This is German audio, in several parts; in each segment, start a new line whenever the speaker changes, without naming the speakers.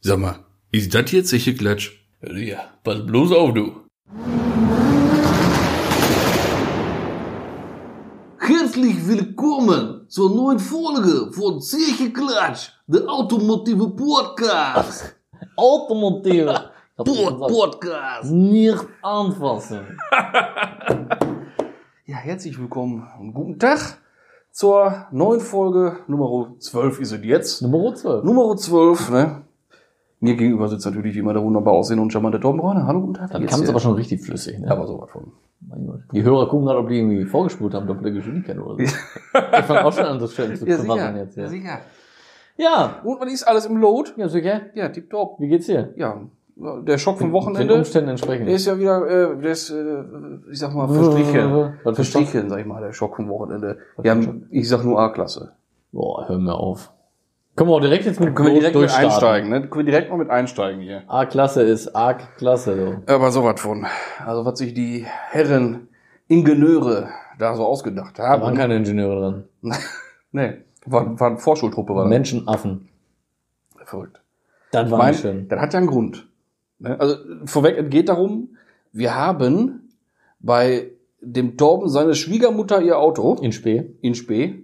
Sag mal, ist das jetzt sicher Klatsch?
Ja, pass bloß auf, du.
Herzlich willkommen zur neuen Folge von Zeche Klatsch, der Automotive Podcast.
Automotive. Ich hab
Pod
gesagt,
Podcast.
Nicht anfassen.
Ja, herzlich willkommen und guten Tag zur neuen Folge. Nummer 12 ist es jetzt.
Nummer 12.
Nummer 12, ne? Mir gegenüber sitzt natürlich wie immer der wunderbar aussehende und charmante Tom Bräune. Hallo, guten Tag.
Dann
wie
kam es
geht's
aber
dir?
schon richtig flüssig. Ne?
Aber so was von.
Mein Gott. Die Hörer gucken gerade, ob die irgendwie vorgespult haben, doppelte Geschwindigkeit oder so. ich fand auch schon an, das Stellen zu
Ja,
verwandeln
sicher.
jetzt.
ja,
Ja.
sicher.
ja,
Und man ist alles im Load.
ja, sicher.
Ja, tipptopp.
Wie geht's dir?
Ja, der Schock vom
Den
Wochenende.
Umständen
Der
entsprechend.
ist ja wieder, äh, der ist, äh, ich sag mal, verstrichen.
Was für Stoff?
Verstrichen, sag ich mal, der Schock vom Wochenende. Wir haben, ich sag nur A-Klasse.
Boah, hör mir auf. Können wir auch direkt jetzt mit
Können wir
Brot
direkt mit
durchstarten.
einsteigen, ne? Können wir direkt mal mit einsteigen hier.
A-Klasse ist ah, A-Klasse. So.
Aber sowas von. Also, was sich die Herren Ingenieure da so ausgedacht
Da waren
haben.
keine Ingenieure dran.
Nee, war, war eine Vorschultruppe, war das.
Menschenaffen.
Verrückt.
Das war
mein,
nicht schön.
Das hat ja einen Grund. Ne? Also vorweg, es geht darum, wir haben bei dem Torben seine Schwiegermutter ihr Auto
In Spee.
in Spee,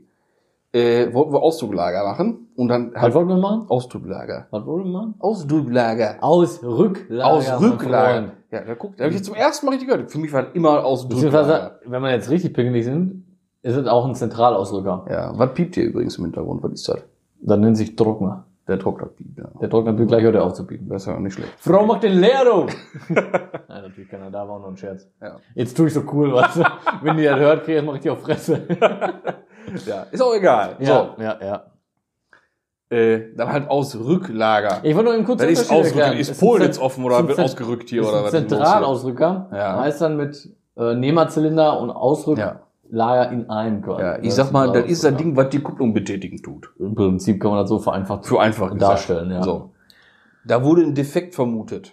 äh, wollten wir Ausdrucklager machen und dann
Was
hat
wollten wir machen?
Ausdrucklager.
Was wollten wir machen?
Ausdrucklager.
Aus Rücklager.
Aus
Ah, mein
Rücklager.
Freund.
Ja, da guckt, da habe ich jetzt zum ersten Mal richtig gehört. Für mich war das immer aus
Beziehungsweise, wenn man jetzt richtig pingelig sind, ist es auch ein Zentralausrücker.
Ja, was piept hier übrigens im Hintergrund? Was ist das?
Dann nennt sich Trockner.
Der Trockner piept, ja.
Der Trockner wird gleich heute aufzubieten.
Das ist ja nicht schlecht.
Frau macht den Lehrer! Nein, natürlich keiner, da war auch noch ein Scherz.
Ja.
Jetzt tue ich so cool, was. wenn die das hört, kriege ich mache ich die auf Fresse.
ja. Ist auch egal.
ja, ja, ja.
So, äh, dann halt aus Rücklager.
Ich wollte nur eben kurz
Das
den
ist
Unterschied
ausgerückt.
erklären.
Ist,
Es
Polen
ein
jetzt offen oder
ist ein
wird
Zent-
ausgerückt hier
ist
oder
ein
was? ist los hier?
Zentralausrücker
Ja.
heißt dann mit äh, Nehmerzylinder und Ausrücklager in einem quasi.
Ja, ich sag
genau
mal, das ist das
ein
Ding, was die Kupplung betätigen tut.
Im Prinzip kann man das so vereinfacht
Für einfach gesagt.
darstellen, ja.
So. Da wurde ein Defekt vermutet.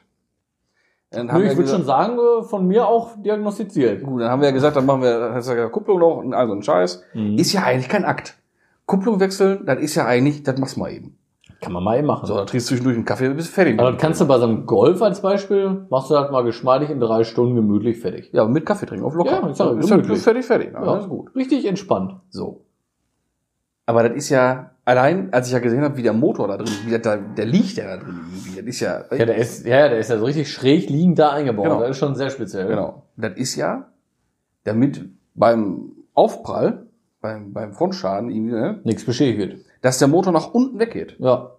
Dann
Nö, ich
wir
würde schon
gesagt,
sagen, äh, von mir auch diagnostiziert.
gut, dann haben wir ja gesagt, dann machen wir dann hast du ja Kupplung noch und all so ein Scheiß.
Ist,
Ist ja eigentlich kein Akt. Kupplung wechseln, das ist ja eigentlich, das machst du mal eben.
kann man mal eben machen.
So, da trinkst du zwischendurch einen Kaffee, bist du fertig.
Aber das kannst du bei so einem Golf als Beispiel, machst du das mal geschmeidig in drei Stunden gemütlich fertig.
ja, mit Kaffee trinken, auf locker.
Ja, ich sag,
ist ja
gemütlich.
fertig, fertig. Ja,
Ja.
Das ist gut.
Richtig entspannt.
So. Aber das ist ja, allein, als ich ja gesehen habe, wie der Motor da drin, wie der, da, der liegt ja da drin irgendwie, das ist ja,
Ja, der ist, ja, ja, der ist ja so richtig schräg liegend da eingebaut.
Genau.
Das ist schon sehr speziell.
genau. Das ist ja, damit beim Aufprall, beim, beim Frontschaden irgendwie, ne,
Nichts beschädigt wird.
dass der Motor nach unten weggeht.
Ja,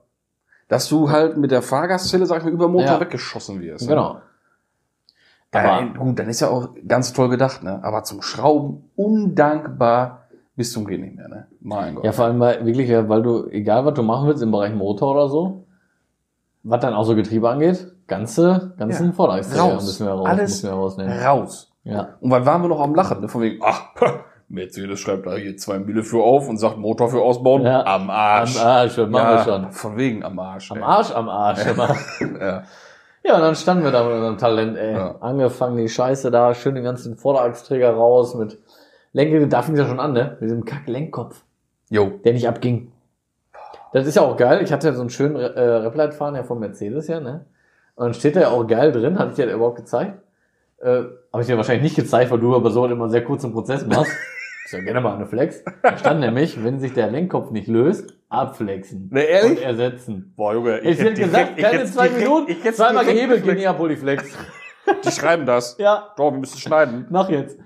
Dass du halt mit der Fahrgastzelle, sag ich mal, über den Motor
Ja.
weggeschossen wirst.
genau.
Ne? Aber
Aber-
gut, dann ist ja auch ganz toll gedacht, ne. Aber zum Schrauben undankbar bis zum Gehen nicht mehr, ne. Mein Gott.
Ja, vor allem, weil, wirklich, ja, weil du, egal was du machen willst im Bereich Motor oder so, was dann auch so Getriebe angeht, ganze, ganzen
Ja.
ja. Vorderachsverkehr
Raus.
müssen wir raus,
Alles
müssen wir rausnehmen.
Raus.
Ja.
Und wann waren wir noch am Lachen? Ne? Von wegen, ach, Mercedes schreibt da hier zwei Mille für auf und sagt Motor für ausbauen.
Ja.
Am
Am
Arsch.
Arsch, das machen wir
Ja,
schon.
Von wegen am Arsch.
Am
ey.
Arsch, am Arsch. immer.
Ja.
Ja, und dann standen wir da mit unserem Talent, ey.
Ja.
Angefangen die Scheiße da, schön den ganzen Vorderachsträger raus mit Lenke, da fing ja schon an, ne? Mit diesem Kack-Lenkkopf,
Jo.
der nicht abging. Das ist ja auch geil. Ich hatte so einen schönen äh, Repleitfahren ja von Mercedes, ja, ne? Und dann steht da ja auch geil drin, hatte ich dir das überhaupt gezeigt. Äh, habe ich dir wahrscheinlich nicht gezeigt, weil du aber so immer einen sehr kurzen Prozess machst. ist ja gerne mal eine Flex. Da stand nämlich, wenn sich der Lenkkopf nicht löst, abflexen.
Ne,
Und
ehrlich?
ersetzen.
Boah, Junge,
Ich, hätte gesagt, keine zwei Minuten, zweimal gehebelt, genial Polyflex.
Die schreiben das.
ja,
Doch, wir müssen schneiden.
mach jetzt.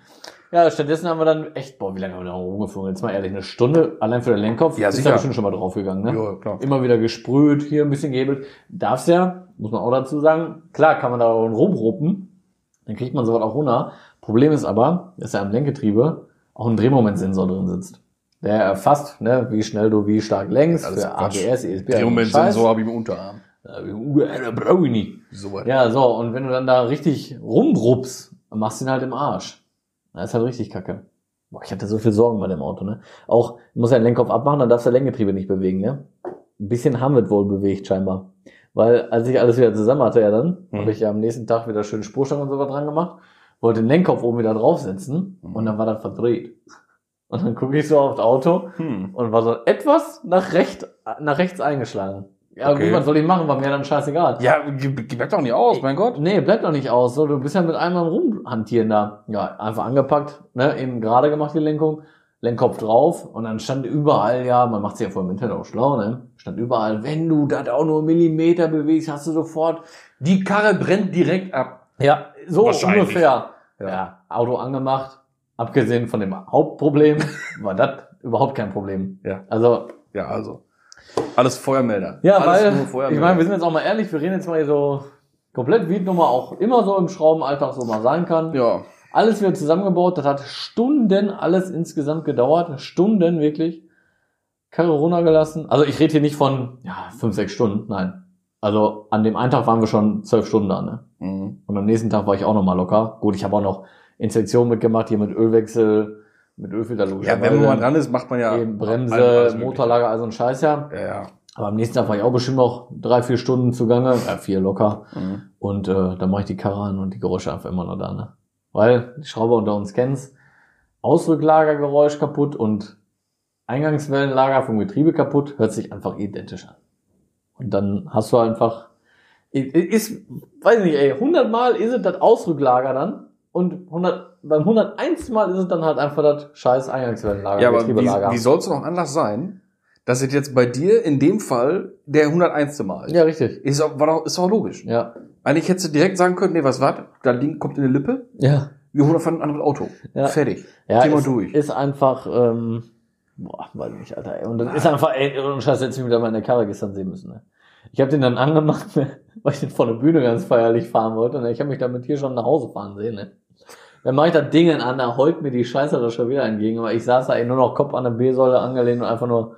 Ja, stattdessen haben wir dann echt, boah, wie lange haben wir da rumgeflogen? Jetzt mal ehrlich, eine Stunde allein für den Lenkkopf.
Ja,
Ist
sicher.
da bestimmt schon mal draufgegangen, ne?
Jo, klar.
Immer wieder gesprüht, hier ein bisschen gehebelt. Darf's ja, muss man auch dazu sagen. Klar kann man da auch rumruppen, dann kriegt man sowas auch runter. Problem ist aber, dass ja im Lenkgetriebe auch ein Drehmomentsensor drin sitzt. Der erfasst, ne, wie schnell du wie stark lenkst,
Alles
für
Quatsch.
ABS, ESP.
Den Moment Sensor habe ich im Unterarm.
Äh, Brownie.
So was.
Ja, so, und wenn du dann da richtig rumrups, machst du ihn halt im Arsch. Das ist halt richtig kacke. Boah, ich hatte so viel Sorgen bei dem Auto, ne? Auch, du musst ja den Lenkkopf abmachen, dann darfst du das Lenkgetriebe nicht bewegen, ne? Ein bisschen haben wir es wohl bewegt, scheinbar. Weil, als ich alles wieder zusammen hatte, ja dann,
Mhm.
habe ich ja am nächsten Tag wieder schön Spurstangen und so was dran gemacht, wollte den Lenkkopf oben wieder draufsetzen,
Mhm.
und dann war das verdreht. Und dann gucke ich so aufs Auto,
Hm.
und war so etwas nach, recht, nach rechts eingeschlagen. Ja,
Okay.
gut, was soll ich machen? War mir dann scheißegal.
Ja, ge- ge- bleibt doch nicht aus, mein Gott.
Nee, bleibt doch nicht aus. So, du bist ja mit einmal rumhantieren da. Ja, einfach angepackt, ne, eben gerade gemacht die Lenkung, Lenkkopf drauf und dann stand überall, ja, man macht sich ja vor dem Internet auch schlau, ne? Stand überall, wenn du das auch nur einen Millimeter bewegst, hast du sofort, die Karre brennt direkt ab. Ja, so
Wahrscheinlich.
ungefähr.
Ja.
Ja. Auto angemacht. Abgesehen von dem Hauptproblem war das überhaupt kein Problem.
Ja.
Also,
Ja, also. Alles Feuermelder.
ja,
Alles
weil,
nur
ich
Feuermelder.
meine, wir sind jetzt auch mal ehrlich, wir reden jetzt mal hier so komplett, wie es nun mal auch immer so im Schraubenalltag so mal sein kann.
ja.
Alles wieder zusammengebaut, das hat Stunden alles insgesamt gedauert, Stunden wirklich. Karre runtergelassen. Also ich rede hier nicht von, ja, fünf, sechs Stunden, nein. Also an dem einen Tag waren wir schon zwölf Stunden da, ne?
Mhm.
Und am nächsten Tag war ich auch nochmal locker. Gut, ich habe auch noch Inspektion mitgemacht, hier mit Ölwechsel, mit Ölfilter
ja,
logischerweise.
wenn man mal dran ist, macht man ja
Eben
alles
Bremse,
Mögliche.
Motorlager, also ein Scheiß, ja.
Ja, ja.
Aber am nächsten Tag war ich auch bestimmt noch drei, vier Stunden zugange. Ja, vier locker.
Mhm.
Und äh, dann mache ich die Karre an und die Geräusche einfach immer noch da, ne? Weil, die Schrauber unter uns kennt's, Ausrücklagergeräusch kaputt und Eingangswellenlager vom Getriebe kaputt, hört sich einfach identisch an. Und dann hast du einfach, i- i- ist, weiß nicht, ey, 100 Mal ist es das Ausrücklager dann und 100, beim 101 Mal ist es dann halt einfach das scheiß Eingangswellenlager,
ja aber wie,
Getriebelager.
wie soll es noch anders sein, dass es jetzt bei dir in dem Fall der 101. Mal ist?
ja, richtig.
Ist auch, war doch, ist auch logisch.
Ja.
Eigentlich hättest du direkt sagen können, nee, was war Da Ding kommt in die Lippe,
Ja.
wir holen von einem anderen Auto.
Ja.
Fertig.
Ja,
Thema
ist,
durch.
ist einfach, ähm, boah, weiß nicht, Alter. Ey. Und dann ist einfach, ey, und scheiße, jetzt wieder mal in der Karre gestern sehen müssen. Ne? Ich habe den dann angemacht, ne? weil ich den vor der Bühne ganz feierlich fahren wollte. Ne? Ich habe mich damit hier schon nach Hause fahren sehen. Ne? Dann mache ich das Ding an, da heult mir die Scheiße da schon wieder entgegen. Aber ich saß da ey, nur noch Kopf an der B-Säule angelehnt und einfach nur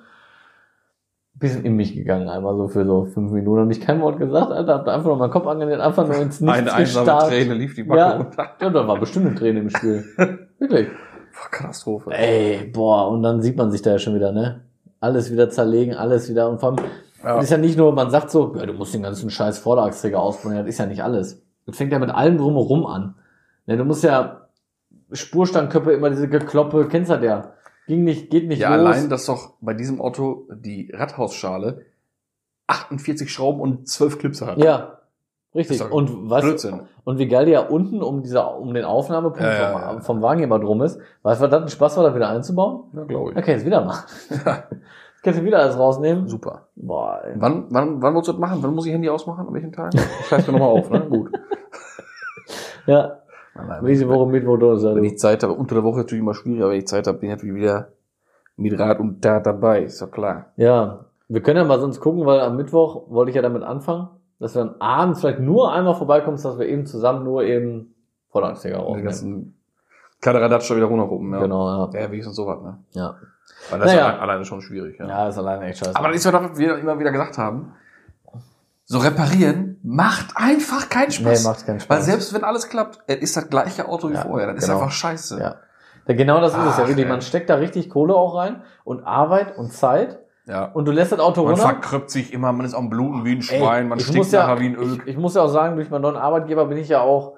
ein bisschen in mich gegangen. Einmal so für so fünf Minuten. Hab ich kein Wort gesagt, Alter. Hab da einfach nur meinen Kopf angelehnt, einfach nur ins Nichts
Eine einsame
gestarrt.
Träne lief die Backe
Ja.
runter.
Ja, da war bestimmt eine Träne im Spiel. Wirklich.
Boah, Katastrophe.
Ey, boah, und dann sieht man sich da ja schon wieder, ne? Alles wieder zerlegen, alles wieder. Und vor allem,
Ja.
ist ja nicht nur, man sagt so, ja, du musst den ganzen scheiß Vorderachsträger ausbauen, das ist ja nicht alles. Das fängt ja mit allem drumherum an. Ne, du musst ja Spurstandköpfe, immer diese Gekloppe, kennst du das ja. Ging nicht, geht nicht
Ja,
los.
allein, dass doch bei diesem Auto die Radhausschale 48 Schrauben und 12 Clips hat.
ja,
Das
richtig.
ist doch
Und was,
Blödsinn.
und wie geil die ja unten um dieser, um den Aufnahmepunkt
Ja, ja,
vom,
ja.
vom Wagenheber drum ist. Weißt du, was das ein Spaß war, da wieder einzubauen?
Ja, glaube ich.
Okay, jetzt wieder machen. Kannst du wieder alles rausnehmen?
Super.
Boah, ey.
Wann, wann, wann willst du das machen? Wann muss ich Handy ausmachen? An welchem Tag? Schreib's mir nochmal auf, ne? Gut.
Ja,
Nein, nein,
Nächste Woche Mittwoch, Donnerstag.
Wenn ich Zeit habe, unter der Woche natürlich immer schwieriger, wenn ich Zeit habe, bin ich natürlich wieder mit Rad und da dabei, ist doch klar.
Ja, wir können ja mal sonst gucken, weil am Mittwoch wollte ich ja damit anfangen, dass wir dann abends vielleicht nur einmal vorbeikommst, dass wir eben zusammen nur eben Vorderachsträger
Und den
rausnehmen.
ganzen Kladderadatsch da wieder runterruppen, ja.
Oh, Genau, ja.
Ja, wenigstens sowas, ne?
Ja.
Weil das
Naja.
ist alle- alleine schon schwierig, ja.
ja, ist alleine echt scheiße.
Aber das ist ja das, was wir immer wieder gesagt haben. So reparieren macht einfach keinen Spaß.
Nee, macht keinen Spaß.
Weil selbst wenn alles klappt, es ist das gleiche Auto wie
Ja,
vorher. Das ist
genau.
einfach scheiße.
Ja. Da- Genau das ist es ja,
Ach,
wirklich.
ey.
Man steckt da richtig Kohle auch rein und Arbeit und Zeit
Ja.
und du lässt das Auto
Man
runter.
verkrüppt sich immer, man ist am Bluten wie ein
Ey,
Schwein, man
ich
stinkt
muss ja,
nachher wie ein Öl.
Ich, ich muss ja auch sagen, durch meinen neuen Arbeitgeber bin ich ja auch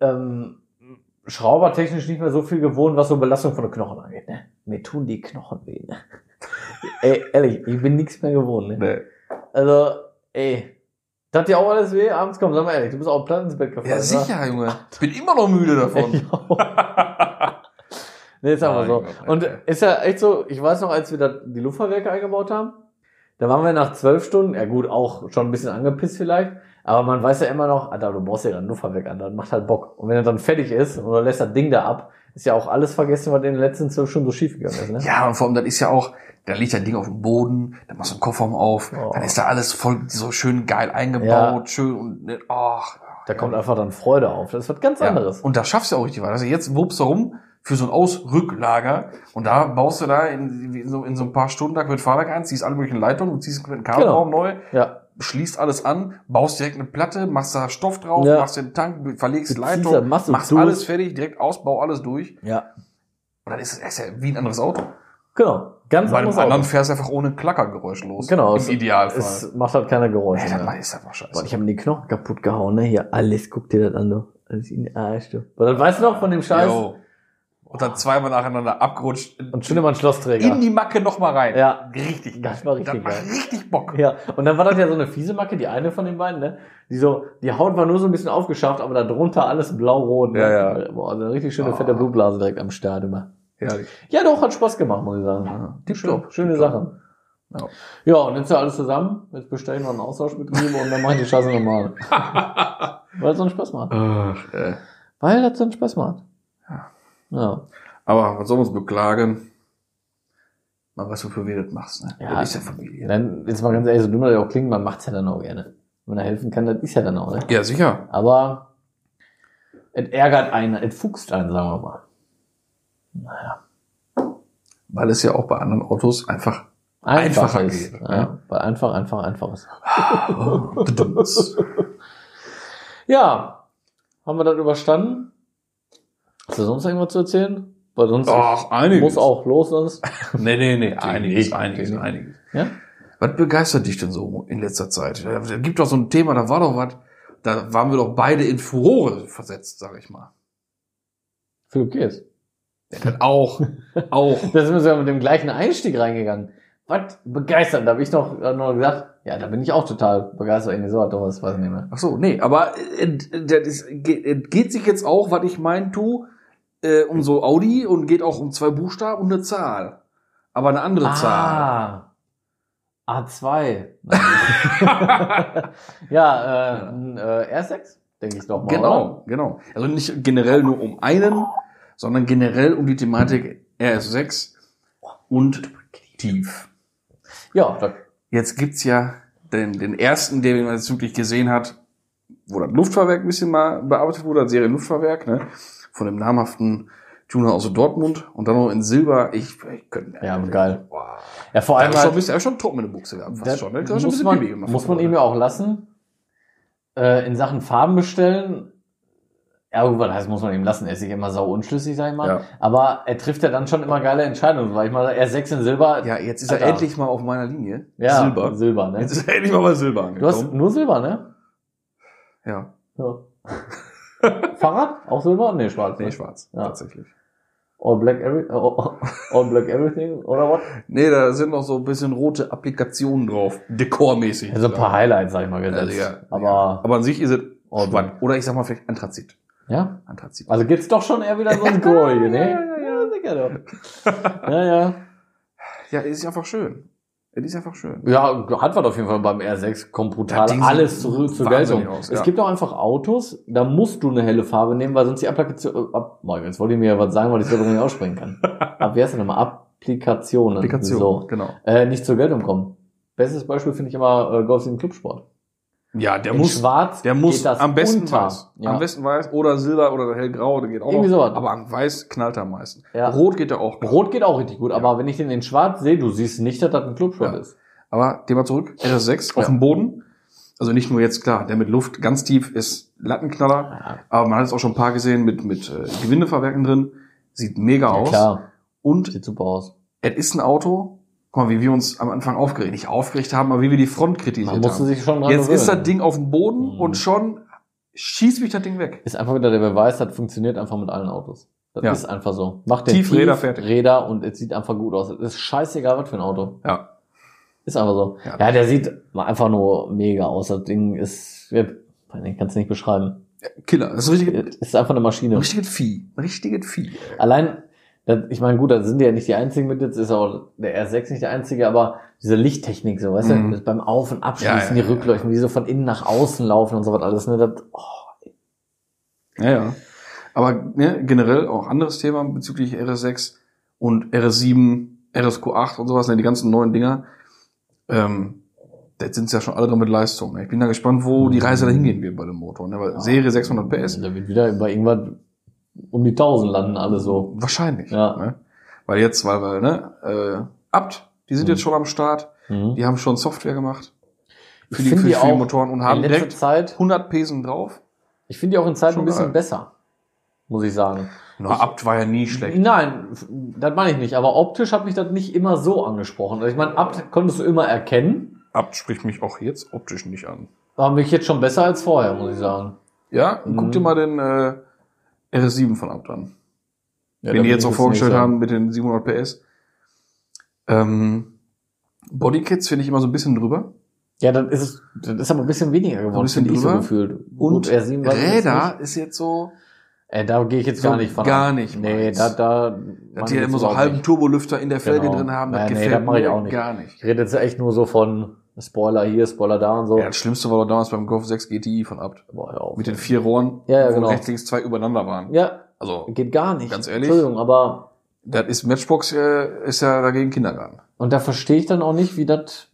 ähm, schraubertechnisch nicht mehr so viel gewohnt, was so Belastung von den Knochen angeht. Ne? Mir tun die Knochen weh. Ne? ey, ehrlich, ich bin nichts mehr gewohnt. Ne?
Nee.
Also, ey, tat dir auch alles weh? Abends komm, sag mal ehrlich, du bist auch platt ins Bett gefallen.
Ja, sicher, Junge. Ich bin immer noch müde
Ne?
davon.
Ich auch. Nee, ist aber
Ah, Mein
so.
Gott, Alter.
Und ist ja echt so, ich weiß noch, als wir da die Luftfahrwerke eingebaut haben, da waren wir nach zwölf Stunden, ja gut, auch schon ein bisschen angepisst vielleicht, aber man weiß ja immer noch, Alter, du baust ja dann ein Luftfahrwerk an, dann macht halt Bock. Und wenn er dann fertig ist und du lässt das Ding da ab, ist ja auch alles vergessen, was in den letzten zwölf Stunden so schief gegangen ist, ne?
Ja, und vor allem, das ist ja auch, da liegt dein Ding auf dem Boden, dann machst du den Kofferraum auf,
Oh.
dann ist da alles voll so schön geil eingebaut,
Ja.
schön und, ne- ach.
Da kommt einfach dann Freude auf. Das ist was ganz
ja.
anderes.
Und da schaffst du auch richtig was. Also jetzt wuppst du rum für so ein Ausrücklager und da baust du da in, in, so, in so ein paar Stunden da mit Fahrwerk ein, ziehst alle möglichen Leitungen, du ziehst einen Kabelraum
Genau.
neu,
Ja.
schließt alles an, baust direkt eine Platte, machst da Stoff drauf,
Ja.
machst den Tank, verlegst
Beziehst
Leitung,
das, machst du
machst
durch.
alles fertig, direkt Ausbau, alles durch.
Ja.
Und dann ist es ist ja wie ein anderes Auto.
Genau. Ganz
Bei dem
anderes Auto.
anderen fährst du einfach ohne Klackergeräusch los.
Genau,
Im
es-
Idealfall.
Es macht halt keine Geräusche.
Ey,
mehr.
das war- ist einfach scheiße.
Boah, ich habe die Knochen kaputt gehauen, ne? Hier, alles, guck dir das an, du. Alles in den Arsch, du. Aber das weißt du noch von dem Scheiß?
Yo. Und dann zweimal nacheinander abgerutscht.
Und schon immer ein Schlossträger.
In die Macke nochmal rein.
Ja.
Richtig geil.
Das war
Das
richtig
macht
geil.
richtig Bock.
Ja, und dann war das ja so eine fiese Macke, die eine von den beiden, ne? Die so, die Haut war nur so ein bisschen aufgeschafft, aber darunter alles blau-rot. Ne?
Ja, ja.
Boah, also eine richtig schöne
Ah.
fette Blutblase direkt am Start immer.
Herrlich.
Ja, doch, hat Spaß gemacht, muss ich sagen.
Tipptopp,
Schön, schöne
tipptopp.
Sache.
Ja.
Ja. ja, und jetzt ja alles zusammen. Jetzt bestelle ich noch einen Austausch mit ihm und dann mache ich die Scheiße nochmal. Weil es so einen Spaß macht.
Ach, äh.
Weil das so einen Spaß macht.
Ja.
Ja.
Aber was soll man uns beklagen? Man weiß, wofür wir das machst, ne?
Ja.
Das ist ja Familie.
Dann, jetzt mal ganz ehrlich, so dumm das auch klingt, man macht's ja dann auch gerne. Wenn er helfen kann, das ist ja dann auch, ne?
Ja, sicher.
Aber es ärgert einen, es fuchst einen, sagen wir mal.
Weil es ja auch bei anderen Autos einfach
Einfach
Einfacher
ist.
geht,
ja,
ne?
Weil einfach, einfach, einfach ist.
ist.
Ja, haben wir das überstanden? Hast du sonst irgendwas zu erzählen? Weil sonst
Ach, einiges.
muss auch los sonst.
Nee, nee, nee,
nicht,
einiges, einiges,
natürlich
einiges.
Ja?
Was begeistert dich denn so in letzter Zeit? Da gibt doch so ein Thema, da war doch was, da waren wir doch beide in Furore versetzt, sage ich mal.
Philipp Kies.
Ja, das auch, auch.
Da sind wir sogar mit dem gleichen Einstieg reingegangen. Was begeistert, da habe ich noch, äh, noch gesagt, ja, da bin ich auch total begeistert, irgendwie so hat doch was, weiß ich nicht mehr.
Ach so, nee, aber äh, das ist- geht entgeht sich jetzt auch, was ich mein, tu, äh, um so Audi und geht auch um zwei Buchstaben und eine Zahl. Aber eine andere Zahl.
Ah, A2. ja, äh, ein, äh, R6, denke ich doch mal.
Genau,
Oder?
genau. Also nicht generell nur um einen, sondern generell um die Thematik RS6 und tief.
Ja, da,
Jetzt gibt's ja den, den ersten, den man jetzt wirklich gesehen hat, wo das Luftfahrwerk ein bisschen mal bearbeitet wurde, das Serienluftfahrwerk, ne? Von dem namhaften Tuner aus Dortmund und dann noch in Silber. Ich, ich könnte
ja, geil.
Boah.
Ja, vor
Da
allem
ist schon ein
halt,
bisschen, hab ich schon Truppen in der Buchse gehabt, fast
das
schon. Ne? Da hab ich schon
muss,
ein
man,
bisschen Pipi gemacht.
muss man ihm ja auch lassen. Äh, in Sachen Farben bestellen. Ja, gut, was heißt, muss man ihm lassen? Er ist sich immer sau unschlüssig, sag ich mal.
Ja.
Aber er trifft ja dann schon immer geile Entscheidungen, weil ich mal R6 in Silber.
Ja, jetzt ist
Alter.
er endlich mal auf meiner Linie.
Ja,
Silber.
Silber, ne?
Jetzt ist er endlich mal bei Silber
Du hast
angekommen.
nur Silber, ne?
Ja,
Ja. Fahrrad? Auch Silber? Nee, schwarz.
nee,
ne?
schwarz,
Ja.
tatsächlich.
All black, every, äh, all, all black everything, oder was?
Nee, da sind noch so ein bisschen rote Applikationen drauf, dekormäßig.
Also ein paar Highlights, sag ich mal,
Ja,
gesetzt.
Digga.
Aber,
Aber an sich ist es
Oh,
Schwann. Oder ich sag mal vielleicht Anthrazit.
ja.
Anthrazit.
Also geht's doch schon eher wieder so ins Grohe hier, ne?
Ja, ja, ja.
sicher doch. ja, ja.
Ja, es ist einfach schön. Es ist einfach schön.
Ja, hat was auf jeden Fall beim R6, kommt brutal
Das Ding
alles
sieht
zur, zur
wahnsinnig
Geltung.
aus,
es
ja.
gibt auch einfach Autos, da musst du eine helle Farbe nehmen, weil sonst die Applikation, äh, ab, Mann, jetzt wollte ich mir ja was sagen, weil ich selber nicht aussprechen kann. Ab, wie heißt denn nochmal? Applikationen.
Applikation,
So.
genau.
Äh, nicht zur Geltung kommen. Bestes Beispiel finde ich immer äh, Golf im Clubsport.
Ja, der
In
muss,
Schwarz
der muss
geht das
am besten
unter.
weiß.
Ja.
Am besten weiß oder Silber oder hellgrau, der geht auch
Irgendwie
noch.
sowas.
Aber am Weiß knallt er am meisten.
Ja.
Rot geht er auch.
Rot geht auch richtig gut, aber wenn ich den in Schwarz sehe, du siehst nicht, dass das ein Clubsport
Ja.
ist.
Aber Thema zurück. RS6 auf
Ja.
dem Boden. Also nicht nur jetzt, klar, der mit Luft ganz tief ist Lattenknaller.
Ja,
Aber man hat jetzt auch schon ein paar gesehen mit, mit äh, Gewindeverwerken drin. Sieht mega
ja
aus.
klar,
Und
sieht super aus.
es ist ein Auto. Guck mal, wie wir uns am Anfang aufgeregt, nicht aufgeregt haben, aber wie wir die Front kritisiert
Man musste
haben.
sich schon dran
Jetzt ist das
gewöhnen.
Ding auf dem Boden
Mhm.
und schon schießt mich das Ding weg.
ist einfach wieder der Beweis, das funktioniert einfach mit allen Autos. Das
Ja.
ist einfach so. Macht den
Tiefräder fertig.
Räder und es sieht einfach gut aus. Es ist scheißegal, was für ein Auto.
Ja.
Ist einfach so.
Ja.
Ja, der sieht einfach nur mega aus. Das Ding ist, ja, ich kann es nicht beschreiben.
Killer. Das ist ein richtiges,
Es ist einfach eine
ein
Maschine.
richtiges Vieh. Ein richtiges Vieh.
Allein, das, ich meine, gut, da sind die ja nicht die einzigen mit jetzt, ist auch der R6 nicht der einzige, aber diese Lichttechnik, so, weißt
Mhm.
du, das beim Auf- und Abschließen,
Ja, ja,
die
ja,
Rückleuchten, wie so von innen nach außen laufen und so was alles, ne, das, oh,
Ja, ja. Aber ne, generell auch anderes Thema bezüglich RS6 und RS7, RSQ8 und sowas, ne, die ganzen neuen Dinger. Ähm, jetzt sind ja schon alle dran mit Leistung. Ne. Ich bin da gespannt, wo die Reise dahin gehen wird bei dem Motor. Ne, weil Serie 600 PS.
Da wird wieder bei irgendwas um die 1000 landen alle so.
Wahrscheinlich.
Ja.
Ne? Weil jetzt, weil wir, ne, äh, Abt, die sind
Mhm.
jetzt schon am Start.
Mhm.
Die haben schon Software gemacht.
Ich
Für die,
find
für,
die
für die
auch
Motoren und
in
haben
letzter
direkt
Zeit,
100 Pesen drauf.
ich finde die auch in Zeit
Schon
ein bisschen
geil.
besser, muss ich sagen.
Na, Abt war ja nie schlecht.
Nein, f- das meine ich nicht, aber optisch hat mich das nicht immer so angesprochen. Also ich meine, Abt konntest du immer erkennen,
Abt spricht mich auch jetzt optisch nicht an.
aber mich jetzt schon besser als vorher, muss ich sagen.
Ja, und guck
Mhm.
dir mal den äh, RS7 von Abt an.
Ja,
den
da
die jetzt
will
auch
ich
vorgestellt
nicht sagen.
haben mit den 700 PS. Ähm, Bodykits finde ich immer so ein bisschen drüber.
Ja, dann ist es, dann ist aber ein bisschen weniger geworden.
bisschen
finde ich
drüber.
gefühlt.
Und
R7 weiß ich jetzt nicht.
Räder ist jetzt so,
Äh, da gehe ich jetzt gar
So
nicht von.
gar
ab.
nicht
Nee,
meins.
da, da.
dass
meine
die ja
jetzt
immer so
überhaupt
halben
nicht.
Turbolüfter in der Felge
Genau.
drin haben.
Ja,
Das
nee,
gefällt
das mach ich
mir
auch nicht.
gar nicht.
Ich rede jetzt echt nur so von Spoiler hier, Spoiler da und so.
Ja, das Schlimmste war doch damals beim Golf 6 GTI von Abt.
Boah, hör auf.
Mit den vier Rohren,
Ja, ja,
wo
genau.
rechts links zwei übereinander waren.
ja,
Also,
geht gar nicht.
Ganz ehrlich?
Entschuldigung, aber.
das ist Matchbox, äh, ist ja dagegen Kindergarten.
Und da verstehe ich dann auch nicht, wie das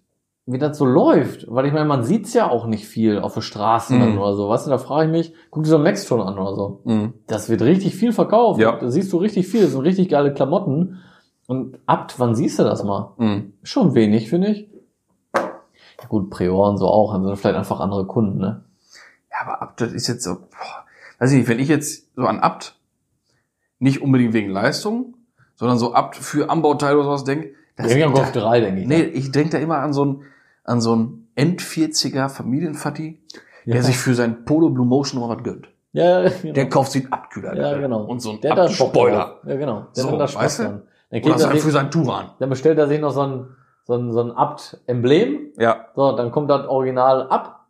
wie das so läuft. Weil ich meine, man sieht's ja auch nicht viel auf der Straße
Mhm.
dann oder so. Weißt du, da frage ich mich, guck dir so ein Maxton an oder so. Das wird richtig viel verkauft.
Ja.
Da siehst du richtig viel. Das sind richtig geile Klamotten. Und abt, wann siehst du das mal? Schon wenig, finde ich. Ja, gut, Prioren so auch. Also vielleicht einfach andere Kunden, ne?
Ja, aber Abt, das ist jetzt so, boah, weiß ich nicht, wenn ich jetzt so an Abt, nicht unbedingt wegen Leistung, sondern so Abt für Anbauteil oder sowas denke, das-
Irgendwann
da-
Golf 3, denke ich.
Nee, ich denke da immer an so einen, an so einen End-40er Familienfatti,
ja.
der sich für sein Polo Blue Motion noch was gönnt.
ja, genau.
Der kauft sich einen Abkühler.
ja, genau.
Und so einen
der hat da Bock
Spoiler.
drauf. Ja, genau. Der
So,
hat da Spaß
weißt du?
dran. Dann, geht
Oder
er
sein für
sich,
seinen Touran.
dann bestellt er sich noch so ein, so ein, so ein Abt-Emblem.
Ja.
So, dann kommt das Original ab.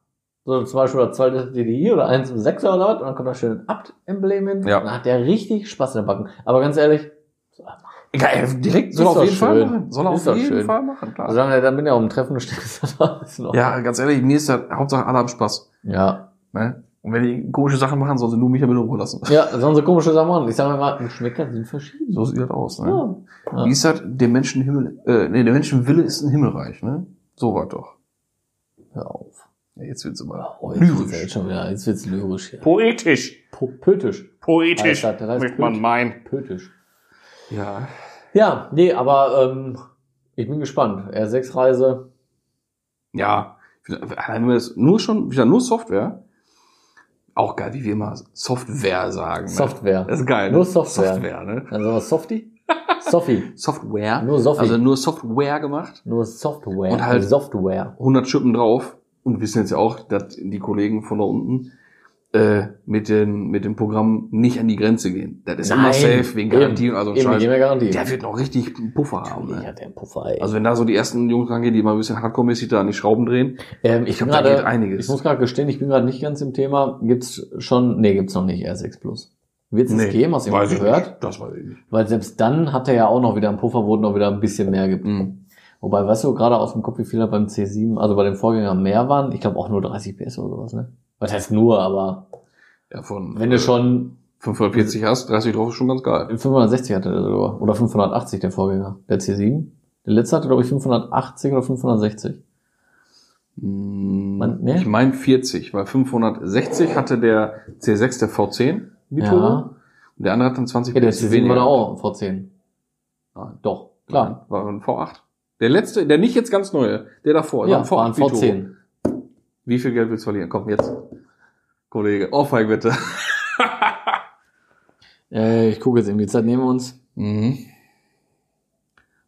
So zum Beispiel das zweite DDI oder eins im Sechser oder was. Und dann kommt da schön ein Abt-Emblem hin.
Ja.
Dann hat der richtig Spaß in den Backen. Aber ganz ehrlich,
Egal, direkt soll
Ist
er auf
doch
jeden Fall
schön.
machen. Soll er
Ist
auf
doch
jeden
schön.
Fall machen, klar.
also dann, dann bin ich auf dem Treffen stehst, dann ist noch.
ja, ganz ehrlich, mir ist das Hauptsache alle haben Spaß.
Ja.
Ne? Und wenn die komische Sachen machen, sollen sie nur mich damit in Ruhe lassen.
Ja, sonst so komische Sachen. machen. Ich sage mal, die Schmecker sind verschieden.
So sieht das aus, ne?
Ja. Ja.
Wie ist das? Der Menschenhimmel, äh, nee, der Menschenwille ist ein Himmelreich, ne? So war doch.
Hör auf.
Ja, jetzt wird's aber
Oh, jetzt wird's ja jetzt
lyrisch.
schon wieder, jetzt wird's lyrisch hier.
Poetisch.
Po pötisch.
Poetisch.
Heißt das, das heißt
möchte
pötisch.
man meinen.
Pötisch.
Ja.
Ja, nee, aber ähm, ich bin gespannt. R6-Reise.
Ja. Allein wenn wir das nur schon, wieder nur Software. Auch geil, wie wir immer Software sagen. Ne?
Software.
Das ist geil.
Nur Software.
Software, ne?
Also was Softie? Softie.
Software.
Ah, Nur Softie.
Also nur Software gemacht.
Nur Software.
Und halt-
Software.
100 Schippen drauf. Und wissen jetzt ja auch, dass die Kollegen von da unten äh, mit, den, mit dem Programm nicht an die Grenze gehen. Das ist immer
Nein.
safe wegen Garantie und also
Eben, geben wir Garantie.
Der wird noch richtig einen Puffer haben.
ich
Ne?
hatte einen Puffer, ey.
Also wenn da so die ersten Jungs rangehen, die mal ein bisschen hardcore-mäßig da an die Schrauben drehen.
ähm, ich
glaub,
bin
da
gerade,
geht einiges.
ich muss gerade gestehen, ich bin gerade nicht ganz im Thema. Gibt's schon, nee, gibt's noch nicht R6 Plus. Wird's es geben, hast du
weiß ich
gehört?
Nicht. Das weiß ich nicht.
Weil selbst dann hat er ja auch noch wieder einen Puffer, wo es noch wieder ein bisschen mehr gibt.
Mhm.
Wobei, weißt du, gerade aus dem Kopf, wie viel er beim C7, also bei dem Vorgänger mehr waren? Ich glaube auch nur 30 PS oder sowas, ne? Was heißt nur, aber
Ja, von
wenn du schon
540 hast, 30 drauf ist schon ganz geil.
560 hatte der sogar, oder 580 der Vorgänger, der C7. Der letzte hatte, glaube ich, 580 oder 560.
Mhm.
Man- ne?
Ich meine 40, weil 560 hatte der C6, der V10 Biturbo.
Ja.
Und der andere hat dann 20
Ja, der
PS
C7 war da auch vor 10.
Nein.
Doch, klar.
Klar. War ein V8. Der letzte, der nicht jetzt ganz neue, der davor.
Ja,
war ein
waren
V8
vor
Biturbo.
10.
Wie viel Geld willst du verlieren? Komm, jetzt. Kollege, Ohrfeige bitte.
Äh, ich gucke jetzt eben, die Zeit nehmen wir uns.
Mhm.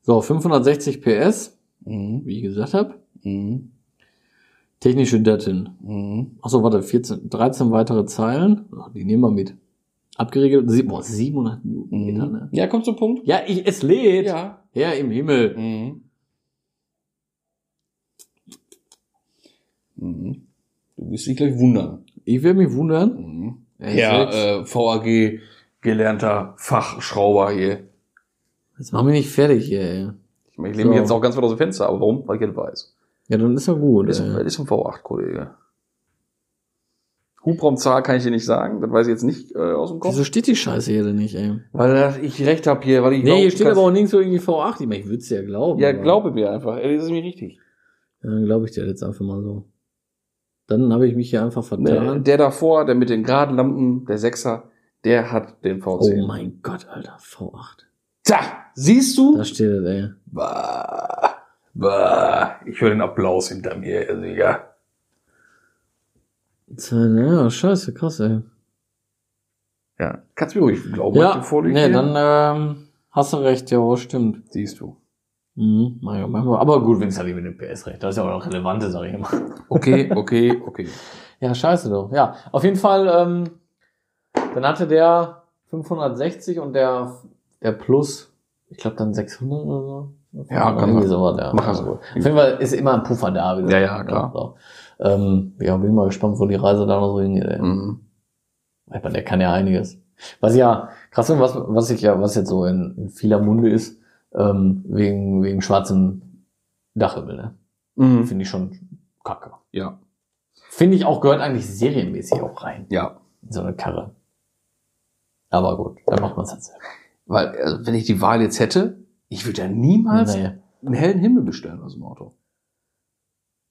So, 560 PS,
Mhm.
wie ich gesagt habe.
Mhm.
Technische Daten.
Mhm.
Achso, warte, 14, 13 weitere Zeilen. Ach, die nehmen wir mit. Abgeregelt, sie- boah, 700 Newtonmeter, ne?
Ja, kommt zum Punkt.
Ja, ich, es lädt.
Ja.
Herr im Himmel.
Mhm. Mhm. Du wirst dich gleich wundern.
Ich werde mich wundern.
Mhm.
Ja,
Ja, äh, VAG gelernter Fachschrauber hier.
Jetzt mach mich nicht fertig hier, ey.
Ich, meine, ich lehne mich
So.
jetzt auch ganz weit aus dem Fenster, aber warum? Weil ich jetzt weiß.
Ja, dann ist ja gut.
Das ist,
ey.
das ist ein V8, Kollege. Hubraumzahl kann ich dir nicht sagen, das weiß ich jetzt nicht äh, aus dem Kopf.
Wieso steht die Scheiße hier denn nicht, ey?
weil ich recht habe hier, weil ich
Nee, hier steht aber
auch
auch nirgendwo irgendwie V8. Ich meine, ich würde es ja glauben.
Ja,
aber-
glaube mir einfach. Ey, das ist mir richtig.
Ja, Dann glaube ich dir jetzt einfach mal so. Dann habe ich mich hier einfach
Der,
vertan.
Ne, der davor, der mit den geraden Lampen, der Sechser, der hat den
oh
V10.
mein Gott, Alter, V8.
Da, siehst du?
Da steht es, ey.
Bah, bah. Ich höre den Applaus hinter mir, also ja.
Ja, scheiße, krass, ey.
ja. Kannst du mir ruhig glauben, was
Ja,
du vorliegst
nee,
hier?
dann ähm, hast du recht, ja, stimmt.
siehst du.
Mhm, mein Gott, mein Gott. Aber gut, wenn es halt nicht mit dem PS recht, das ist ja auch noch relevante, sag ich immer.
Okay, okay, okay.
Ja, scheiße doch. Ja, auf jeden Fall, ähm, dann hatte der 560 und der der Plus, ich glaube dann 600 oder so.
Ja, kann
Irgendwie
sein.
sowas, ja.
Mach
also.
also.
Auf jeden Fall ist immer ein Puffer da. Wieder.
Ja, ja, klar.
so. ähm, ja, bin mal gespannt, wo die Reise da noch so hingeht. Ey.
Mhm.
Ich meine, der kann ja einiges. Was ja krass ist, was, was ich ja, was jetzt so in, in vieler Munde ist, ähm, wegen, wegen schwarzem Dachhimmel, ne?
Mhm.
Finde ich schon kacke.
Ja.
Finde ich auch, gehört eigentlich serienmäßig auch rein,
Ja.
in so eine Karre. Aber gut, dann macht man es halt selber.
Weil, also, wenn ich die Wahl jetzt hätte, ich würde ja niemals
Nee.
einen hellen Himmel bestellen aus dem Auto.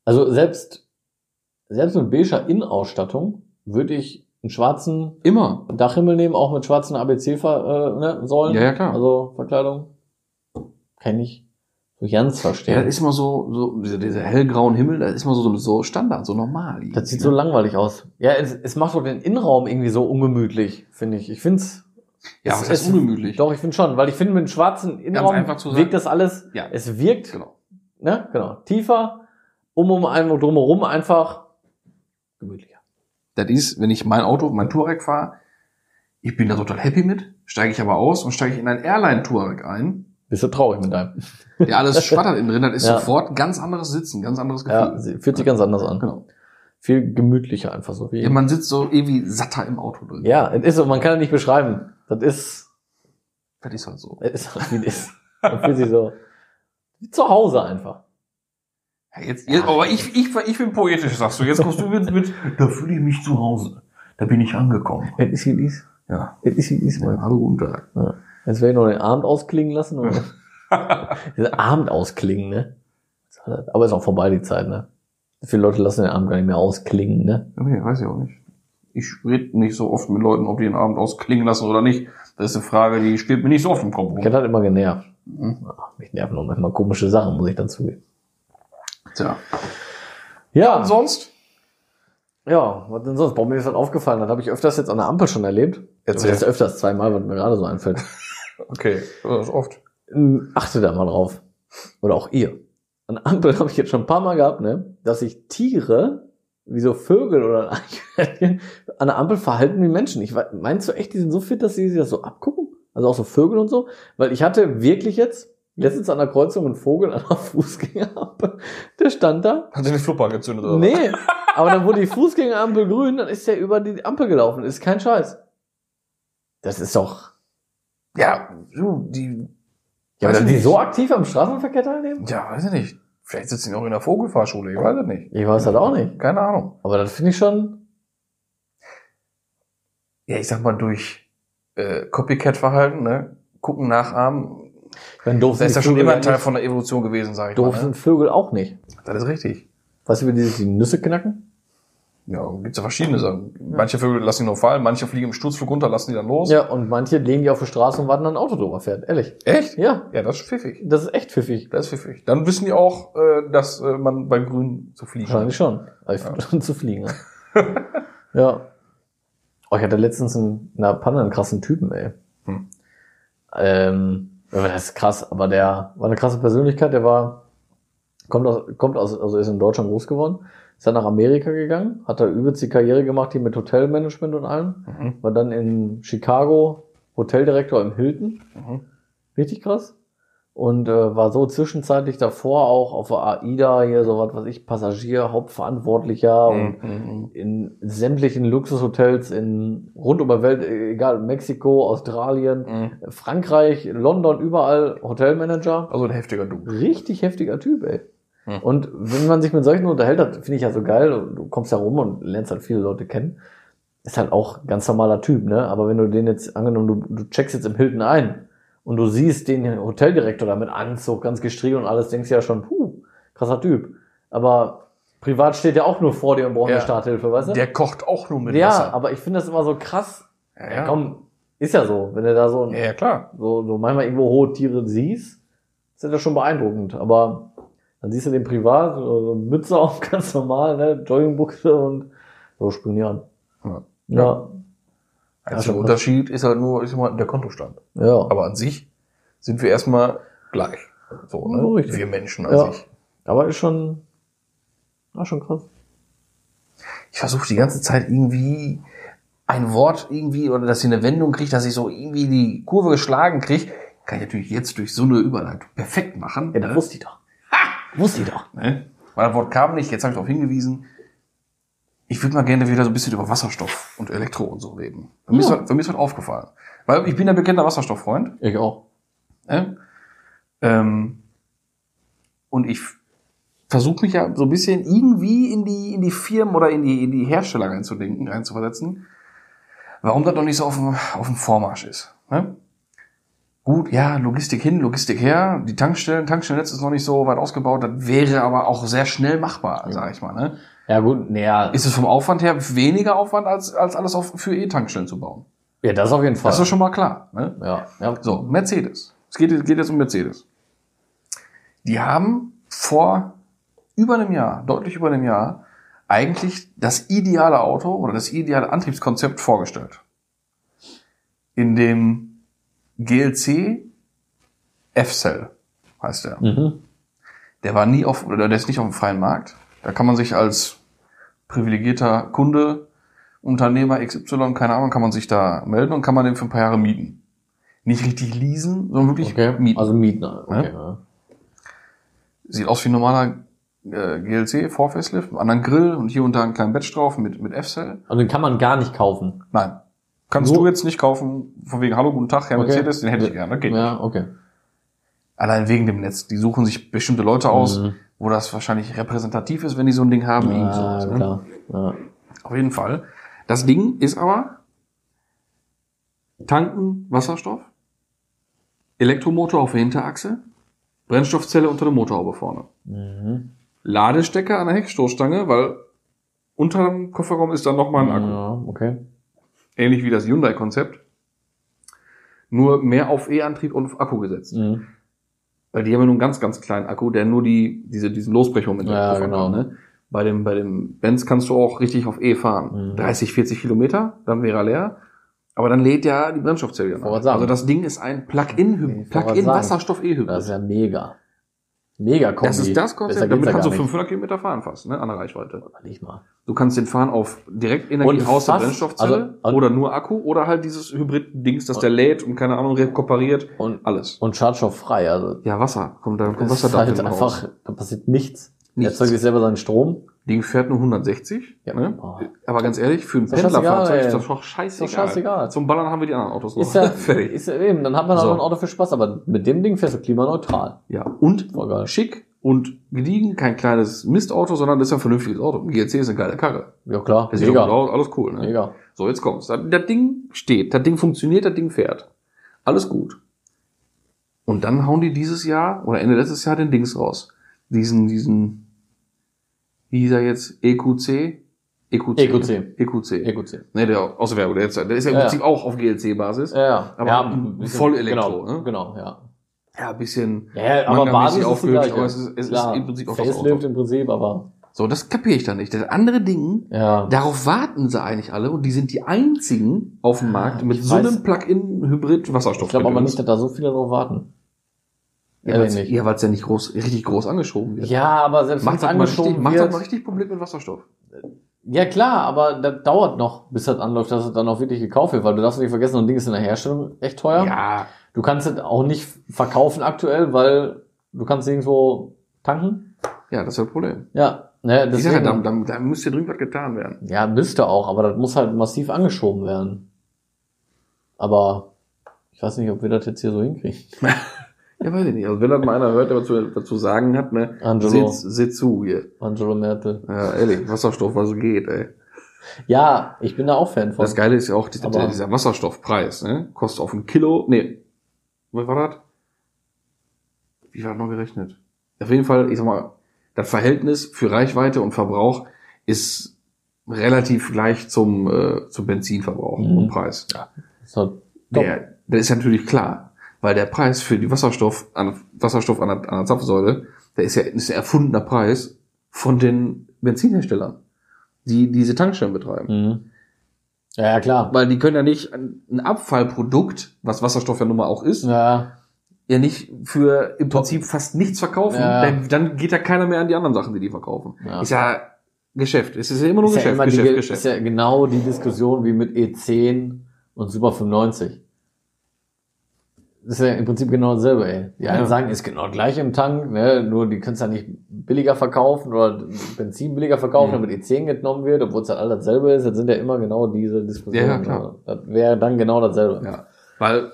Also selbst, selbst mit beiger Innenausstattung würde ich einen schwarzen
Immer.
Dachhimmel nehmen, auch mit schwarzen ABC-Säulen. Äh, ne, Säulen.
Ja, ja, klar.
Also Verkleidung. Kann ich so ganz
Ja,
verstehen.
das ist immer so, so dieser, dieser hellgrauen Himmel, das ist immer so, so Standard, so normal. irgendwie,
das sieht
ne?
so langweilig aus. Ja, es, es macht doch den Innenraum irgendwie so ungemütlich, finde ich. Ich finde es.
Ja,
es-
was heißt
es-
ungemütlich?
Doch, ich finde schon, weil ich finde, mit einem schwarzen Innenraum
einfach zu sagen.
wirkt das alles.
Ja.
Es wirkt,
Genau.
ne, genau, tiefer, um um einen drumherum einfach gemütlicher.
Das ist, wenn ich mein Auto, mein Touareg fahre, ich bin da total happy mit, steige ich aber aus und steige ich in ein Airline Touareg ein,
Bist du traurig mit deinem?
der alles schwattert innen drin, das ist
Ja.
sofort ein ganz anderes Sitzen, ganz anderes
Ja,
Gefühl.
sie- fühlt sich ganz anders an.
Genau.
Viel gemütlicher einfach so. Wie
Ja, man sitzt so irgendwie satter im Auto drin.
ja, es ist so, man kann es nicht beschreiben. Das ist,
Das ist halt so.
das ist halt wie es ist. Man fühlt sich so wie zu Hause einfach.
Ja, jetzt, jetzt, aber ich, ich, ich bin poetisch, sagst du. Jetzt kommst du mit, mit da fühle ich mich zu Hause. Da bin ich angekommen.
Es ist wie es
Ja.
Es ist wie es
ja hallo, guten Tag.
Jetzt werde ich noch den Abend ausklingen lassen. Und Dieser Abend ausklingen, ne? Was soll das? Aber ist auch vorbei die Zeit, ne? Viele Leute lassen den Abend gar nicht mehr ausklingen, ne?
Okay, weiß ich auch nicht. Ich rede nicht so oft mit Leuten, ob die den Abend ausklingen lassen oder nicht. Das ist eine Frage, die steht mir nicht so oft im Kopf
Ich
rum.
hat halt immer genervt.
Mhm.
Ach, mich nerven noch manchmal komische Sachen, muss ich dann zugeben.
Tja.
Ja,
sonst?
Ja, was denn sonst? Warum mir ist das aufgefallen? Das habe ich öfters jetzt an der Ampel schon erlebt. Jetzt
Erzähl.
jetzt öfters zweimal, was mir gerade so einfällt.
Okay, das ist oft.
Ähm, Achte da mal drauf. Oder auch ihr. An der Ampel habe ich jetzt schon ein paar Mal gehabt, ne? Dass sich Tiere, wie so Vögel oder ein Eichhörnchen, an der Ampel verhalten wie Menschen. Ich wei- meinst du echt, die sind so fit, dass sie sich das so abgucken? Also auch so Vögel und so? Weil ich hatte wirklich jetzt letztens an der Kreuzung einen Vogel an der Fußgängerampel. Der stand da
Hat sie eine Flupper gezündet
Nee, aber dann wurde die Fußgängerampel grün, dann ist der über die Ampel gelaufen. Ist kein Scheiß. Das ist doch.
Ja, du, die,
Ja, aber
Weiß ich
dass die
nicht.
so aktiv am Straßenverkehr teilnehmen?
ja, weiß ich nicht. Vielleicht sitzen die auch in der Vogelfahrschule, ich weiß es nicht.
Ich weiß das auch nicht.
Keine Ahnung.
Aber das finde ich schon.
Ja, ich sag mal, durch äh, Copycat-Verhalten, ne? Gucken, nachahmen.
Wenn doof
Da ist
die
ja schon
Vögel
immer
ja
ein Teil
nicht-
von der Evolution gewesen, sag ich
Doof
mal. Ne?
sind Vögel auch nicht.
Das ist richtig.
Weißt du, wie die sich die Nüsse knacken?
Ja, gibt's ja verschiedene Sachen. Manche Vögel lassen die nur fallen, manche fliegen im Sturzflug runter, lassen die dann los.
Ja, und manche legen die auf die Straße und warten, dass ein Auto drüber fährt. Ehrlich.
Echt?
Ja,
Ja, das ist pfiffig.
das ist echt pfiffig.
Das ist pfiffig. Dann wissen die auch, äh, dass äh, man beim Grün zu fliegen
Wahrscheinlich schon. Aber ich finde schon zu fliegen. Ne? ja. Oh, ich hatte letztens in einer Panne einen krassen Typen, ey.
Hm.
Ähm, aber das ist krass, aber der war eine krasse Persönlichkeit, der war, kommt aus, kommt aus, also ist in Deutschland groß geworden, ist dann nach Amerika gegangen, hat da übelst die Karriere gemacht, hier mit Hotelmanagement und allem,
Mhm.
war dann in Chicago Hoteldirektor im Hilton.
Mhm.
Richtig krass. Und äh, war so zwischenzeitlich davor auch auf der AIDA hier so was weiß ich, Passagier, Hauptverantwortlicher und
Mhm.
in sämtlichen Luxushotels in rund um der Welt, egal, Mexiko, Australien,
Mhm.
Frankreich, London, überall Hotelmanager.
Also ein heftiger Dude.
Richtig heftiger Typ, ey.
Hm.
Und wenn man sich mit solchen unterhält, das finde ich ja so geil. Du kommst ja rum und lernst halt viele Leute kennen. Ist halt auch ein ganz normaler Typ, ne? Aber wenn du den jetzt, angenommen, du, du checkst jetzt im Hilton ein und du siehst den Hoteldirektor da mit Anzug, ganz gestriegelt und alles, denkst du ja schon, puh, krasser Typ. Aber privat steht der auch nur vor dir und braucht
Ja.
eine Starthilfe, weißt du?
Der kocht auch nur mit
ja,
Wasser.
aber ich finde das immer so krass.
Ja,
Ja,
ja.
Komm, ist ja so, wenn er da so ein
ja, ja, klar.
so, so manchmal irgendwo hohe Tiere siehst, ist das schon beeindruckend. Aber dann siehst du den privat, so so Mütze auf, ganz normal, ne? Joggingbuchse und so springen die an.
Ja.
Ja, Also
Einziger
schon.
Unterschied ist halt nur ist immer der Kontostand.
ja. Aber,
Aber an sich sind wir erstmal gleich. So, ne?
So richtig.
wir Menschen an
Ja.
sich.
ist schon, ja, schon krass.
Ich versuche die ganze Zeit irgendwie
ein Wort irgendwie oder dass sie eine Wendung kriegt, dass ich so irgendwie die Kurve geschlagen kriege,
Kann ich natürlich jetzt durch so eine Überleitung perfekt machen.
Ja, das
ne?
wusste ich doch. Ha! Wusste ich doch.
Ne?
weil das Wort kam nicht, jetzt habe ich darauf hingewiesen.
Ich würde mal gerne wieder so ein bisschen über Wasserstoff und Elektro und so reden. Bei mir, ist, was- bei mir ist was aufgefallen. Weil ich bin ja bekannter Wasserstofffreund.
Ich auch.
Ne? Ähm, und ich versuche mich ja so ein bisschen irgendwie in die, in die Firmen oder in die, in die Hersteller reinzudenken, reinzuversetzen, warum das noch nicht so auf dem, auf dem Vormarsch ist. Ne? Gut, ja, Logistik hin, Logistik her, die Tankstellen, Tankstellennetz ist noch nicht so weit ausgebaut, das wäre aber auch sehr schnell machbar, sage ich mal. Ne?
Ja, gut, naja.
Ist es vom Aufwand her weniger Aufwand, als, als alles auf, für E-Tankstellen zu bauen?
Ja, das auf jeden Fall.
Das ist schon mal klar. Ne?
ja, ja.
So, Mercedes. Es geht, geht jetzt um Mercedes. Die haben vor über einem Jahr, deutlich über einem Jahr, eigentlich das ideale Auto oder das ideale Antriebskonzept vorgestellt. In dem GLC F-Cell heißt der.
Mhm.
Der war nie auf, oder der ist nicht auf dem freien Markt. Da kann man sich als privilegierter Kunde, Unternehmer XY, keine Ahnung, kann man sich da melden und kann man den für ein paar Jahre mieten. Nicht richtig leasen, sondern wirklich
Okay.
mieten.
Also Mieten. Okay,
Ne?
ja.
Sieht aus wie ein normaler äh, GLC, Vorfacelift, einen anderen Grill und hier und da einen kleinen Batch drauf mit, mit F-Cell.
Also den kann man gar nicht kaufen.
Nein. Kannst
Nur-
du jetzt nicht kaufen, von wegen Hallo, guten Tag, Herr
Okay.
Mercedes, den hätte ich gerne. Geht.
Ja, okay.
Allein wegen dem Netz. Die suchen sich bestimmte Leute aus,
Mhm.
wo das wahrscheinlich repräsentativ ist, wenn die so ein Ding haben. irgend
Ah,
sowas, ne?
klar. Ja.
Auf jeden Fall. Das Ding ist aber tanken Wasserstoff, Elektromotor auf der Hinterachse, Brennstoffzelle unter der Motorhaube vorne,
Mhm.
Ladestecker an der Heckstoßstange, weil unter dem Kofferraum ist dann nochmal ein Akku.
Ja, okay.
Ähnlich wie das Hyundai-Konzept. Nur mehr auf E-Antrieb und auf Akku gesetzt.
Mhm.
Weil die haben ja nur einen ganz, ganz kleinen Akku, der nur die, diese, diesen Losbrechung mit
Ja,
Akku
genau.
hat, Ne? Bei dem, bei dem Benz kannst du auch richtig auf E fahren.
Mhm.
30, 40 Kilometer, dann wäre er leer. Aber dann lädt ja die Brennstoffzelle wieder.
Wollte
nach.
sagen.
Also das Ding ist ein
Nee,
Plug-in,
ich wollte sagen.
Plug-in-Wasserstoff-E-Hybrid.
Das ist ja mega. Mega Kombi.
Das ist das
Besser
Konzept.
geht's
Damit
ja
kannst du
gar nicht.
500 Kilometer fahren fast, ne, an der Reichweite.
Überleg mal.
Du kannst den fahren auf Direktenergie,
Und
Haus der
fast-
Brennstoffzelle
also-
oder nur Akku oder halt dieses Hybrid-Dings, dass der lädt und keine Ahnung, rekuperiert,
Und,
alles.
und frei. Also
Ja, Wasser. Kommt, da kommt
das
Wasser
ist halt
raus.
einfach, da passiert nichts. Er
Nichts.
erzeugt sich selber seinen Strom.
Ding fährt nur 160.
Ja.
Ne?
Oh.
Aber ganz ehrlich, für ein
Ist doch scheißegal,
Pendlerfahrzeug
ey.
ist das doch scheißegal.
Ist doch scheißegal.
Zum Ballern haben wir die anderen Autos noch.
Ist ja,
Fertig.
ist ja eben, dann hat man
So.
auch noch ein Auto für Spaß, aber mit dem Ding fährst du klimaneutral.
ja, und
Voll geil.
schick und gediegen, kein kleines Mistauto, sondern das ist ja ein vernünftiges Auto. Ein GLC ist eine geile Karre.
Ja klar,
Das sieht auch gut
mega.
aus, alles cool. Ne?
Mega.
So, jetzt kommt's. Das, das Ding steht, das Ding funktioniert, das Ding fährt. Alles gut. Und dann hauen die dieses Jahr oder Ende letztes Jahr den Dings raus. Diesen, diesen, wie hieß er jetzt? E EQC? EQC.
EQC.
EQC.
EQC.
Ne, der aus der Werbung, der, jetzt, der ist ja im
Ja,
Prinzip auch auf GLC-Basis.
Ja, ja.
Aber
ja,
ein
bisschen-
voll Elektro,
Genau,
ne?
genau ja.
Ja, ein bisschen.
ja aber
Mangamäßig
Basis ist die
aufgehübscht,
gleiche.
aber es ist- es ist im Prinzip auch das
Facelift
Auto.
im Prinzip, aber
So, das kapiere ich da nicht. Das andere Ding,
ja.
darauf warten sie eigentlich alle und die sind die einzigen auf dem Markt mit
Ah, ich
so
weiß.
einem Plug-in-Hybrid-Wasserstoff.
Ich glaube aber nicht, dass da so viele drauf warten.
Ja,
Ehrlich
weil's-
nicht.
ja, weil es ja nicht groß, richtig groß angeschoben wird.
Ja, aber selbst
Macht
wenn's
das, mal richtig,
angeschoben
macht das
wird-
mal richtig Problem mit Wasserstoff.
Ja klar, aber das dauert noch, bis das anläuft, dass es dann auch wirklich gekauft wird, weil du darfst nicht vergessen, so ein Ding ist in der Herstellung echt teuer.
ja.
Du kannst es auch nicht verkaufen aktuell, weil du kannst irgendwo tanken.
Ja, das ist ja ein Problem.
Ja, ne,
Ich sage,
deswegen,
da, da, da müsste dringend was getan werden.
ja, müsste auch, aber das muss halt massiv angeschoben werden. Aber ich weiß nicht, ob wir das jetzt hier so hinkriegen.
Ja, weiß ich nicht. Also wenn das mal einer hört, der was zu, was zu sagen hat, ne,
Angelo,
seht, seht zu hier.
Angelo Merkel.
Ja, ehrlich, Wasserstoff, was geht, ey.
Ja, ich bin da auch Fan von.
Das Geile ist ja auch dieser,
Aber-
dieser Wasserstoffpreis, ne? Kostet auf ein Kilo, nee, was war das? Wie war das noch gerechnet? Auf jeden Fall, ich sag mal, das Verhältnis für Reichweite und Verbrauch ist relativ gleich zum, äh, zum Benzinverbrauch
Mhm.
und Preis.
so, top.
Der, der ist ja natürlich klar, weil der Preis für die Wasserstoff an, Wasserstoff an der, an der Zapfsäule, der ist ja ist ein erfundener Preis von den Benzinherstellern, die diese Tankstellen betreiben.
Mhm. Ja, ja, klar.
Weil die können ja nicht ein ein Abfallprodukt, was Wasserstoff ja nun mal auch ist, ja,
Ja,
nicht für im Prinzip fast nichts verkaufen.
Ja.
Denn dann geht ja keiner mehr an die anderen Sachen, die die verkaufen.
Ja.
Ist ja Geschäft. Es ist ja immer nur
ist ja,
Geschäft,
immer
Geschäft,
die,
Geschäft.
ist ja genau die Diskussion wie mit E10 und Super 95. Das ist ja im Prinzip genau dasselbe, ey. Die einen
Ja.
sagen, ist genau gleich im Tank, ne? nur die können es ja nicht billiger verkaufen oder Benzin billiger verkaufen,
Mhm.
damit E10 genommen wird, obwohl es halt alles dasselbe ist. Das sind ja immer genau diese Diskussionen.
Ja, ja, klar.
Das wäre dann genau dasselbe.
Ja. Weil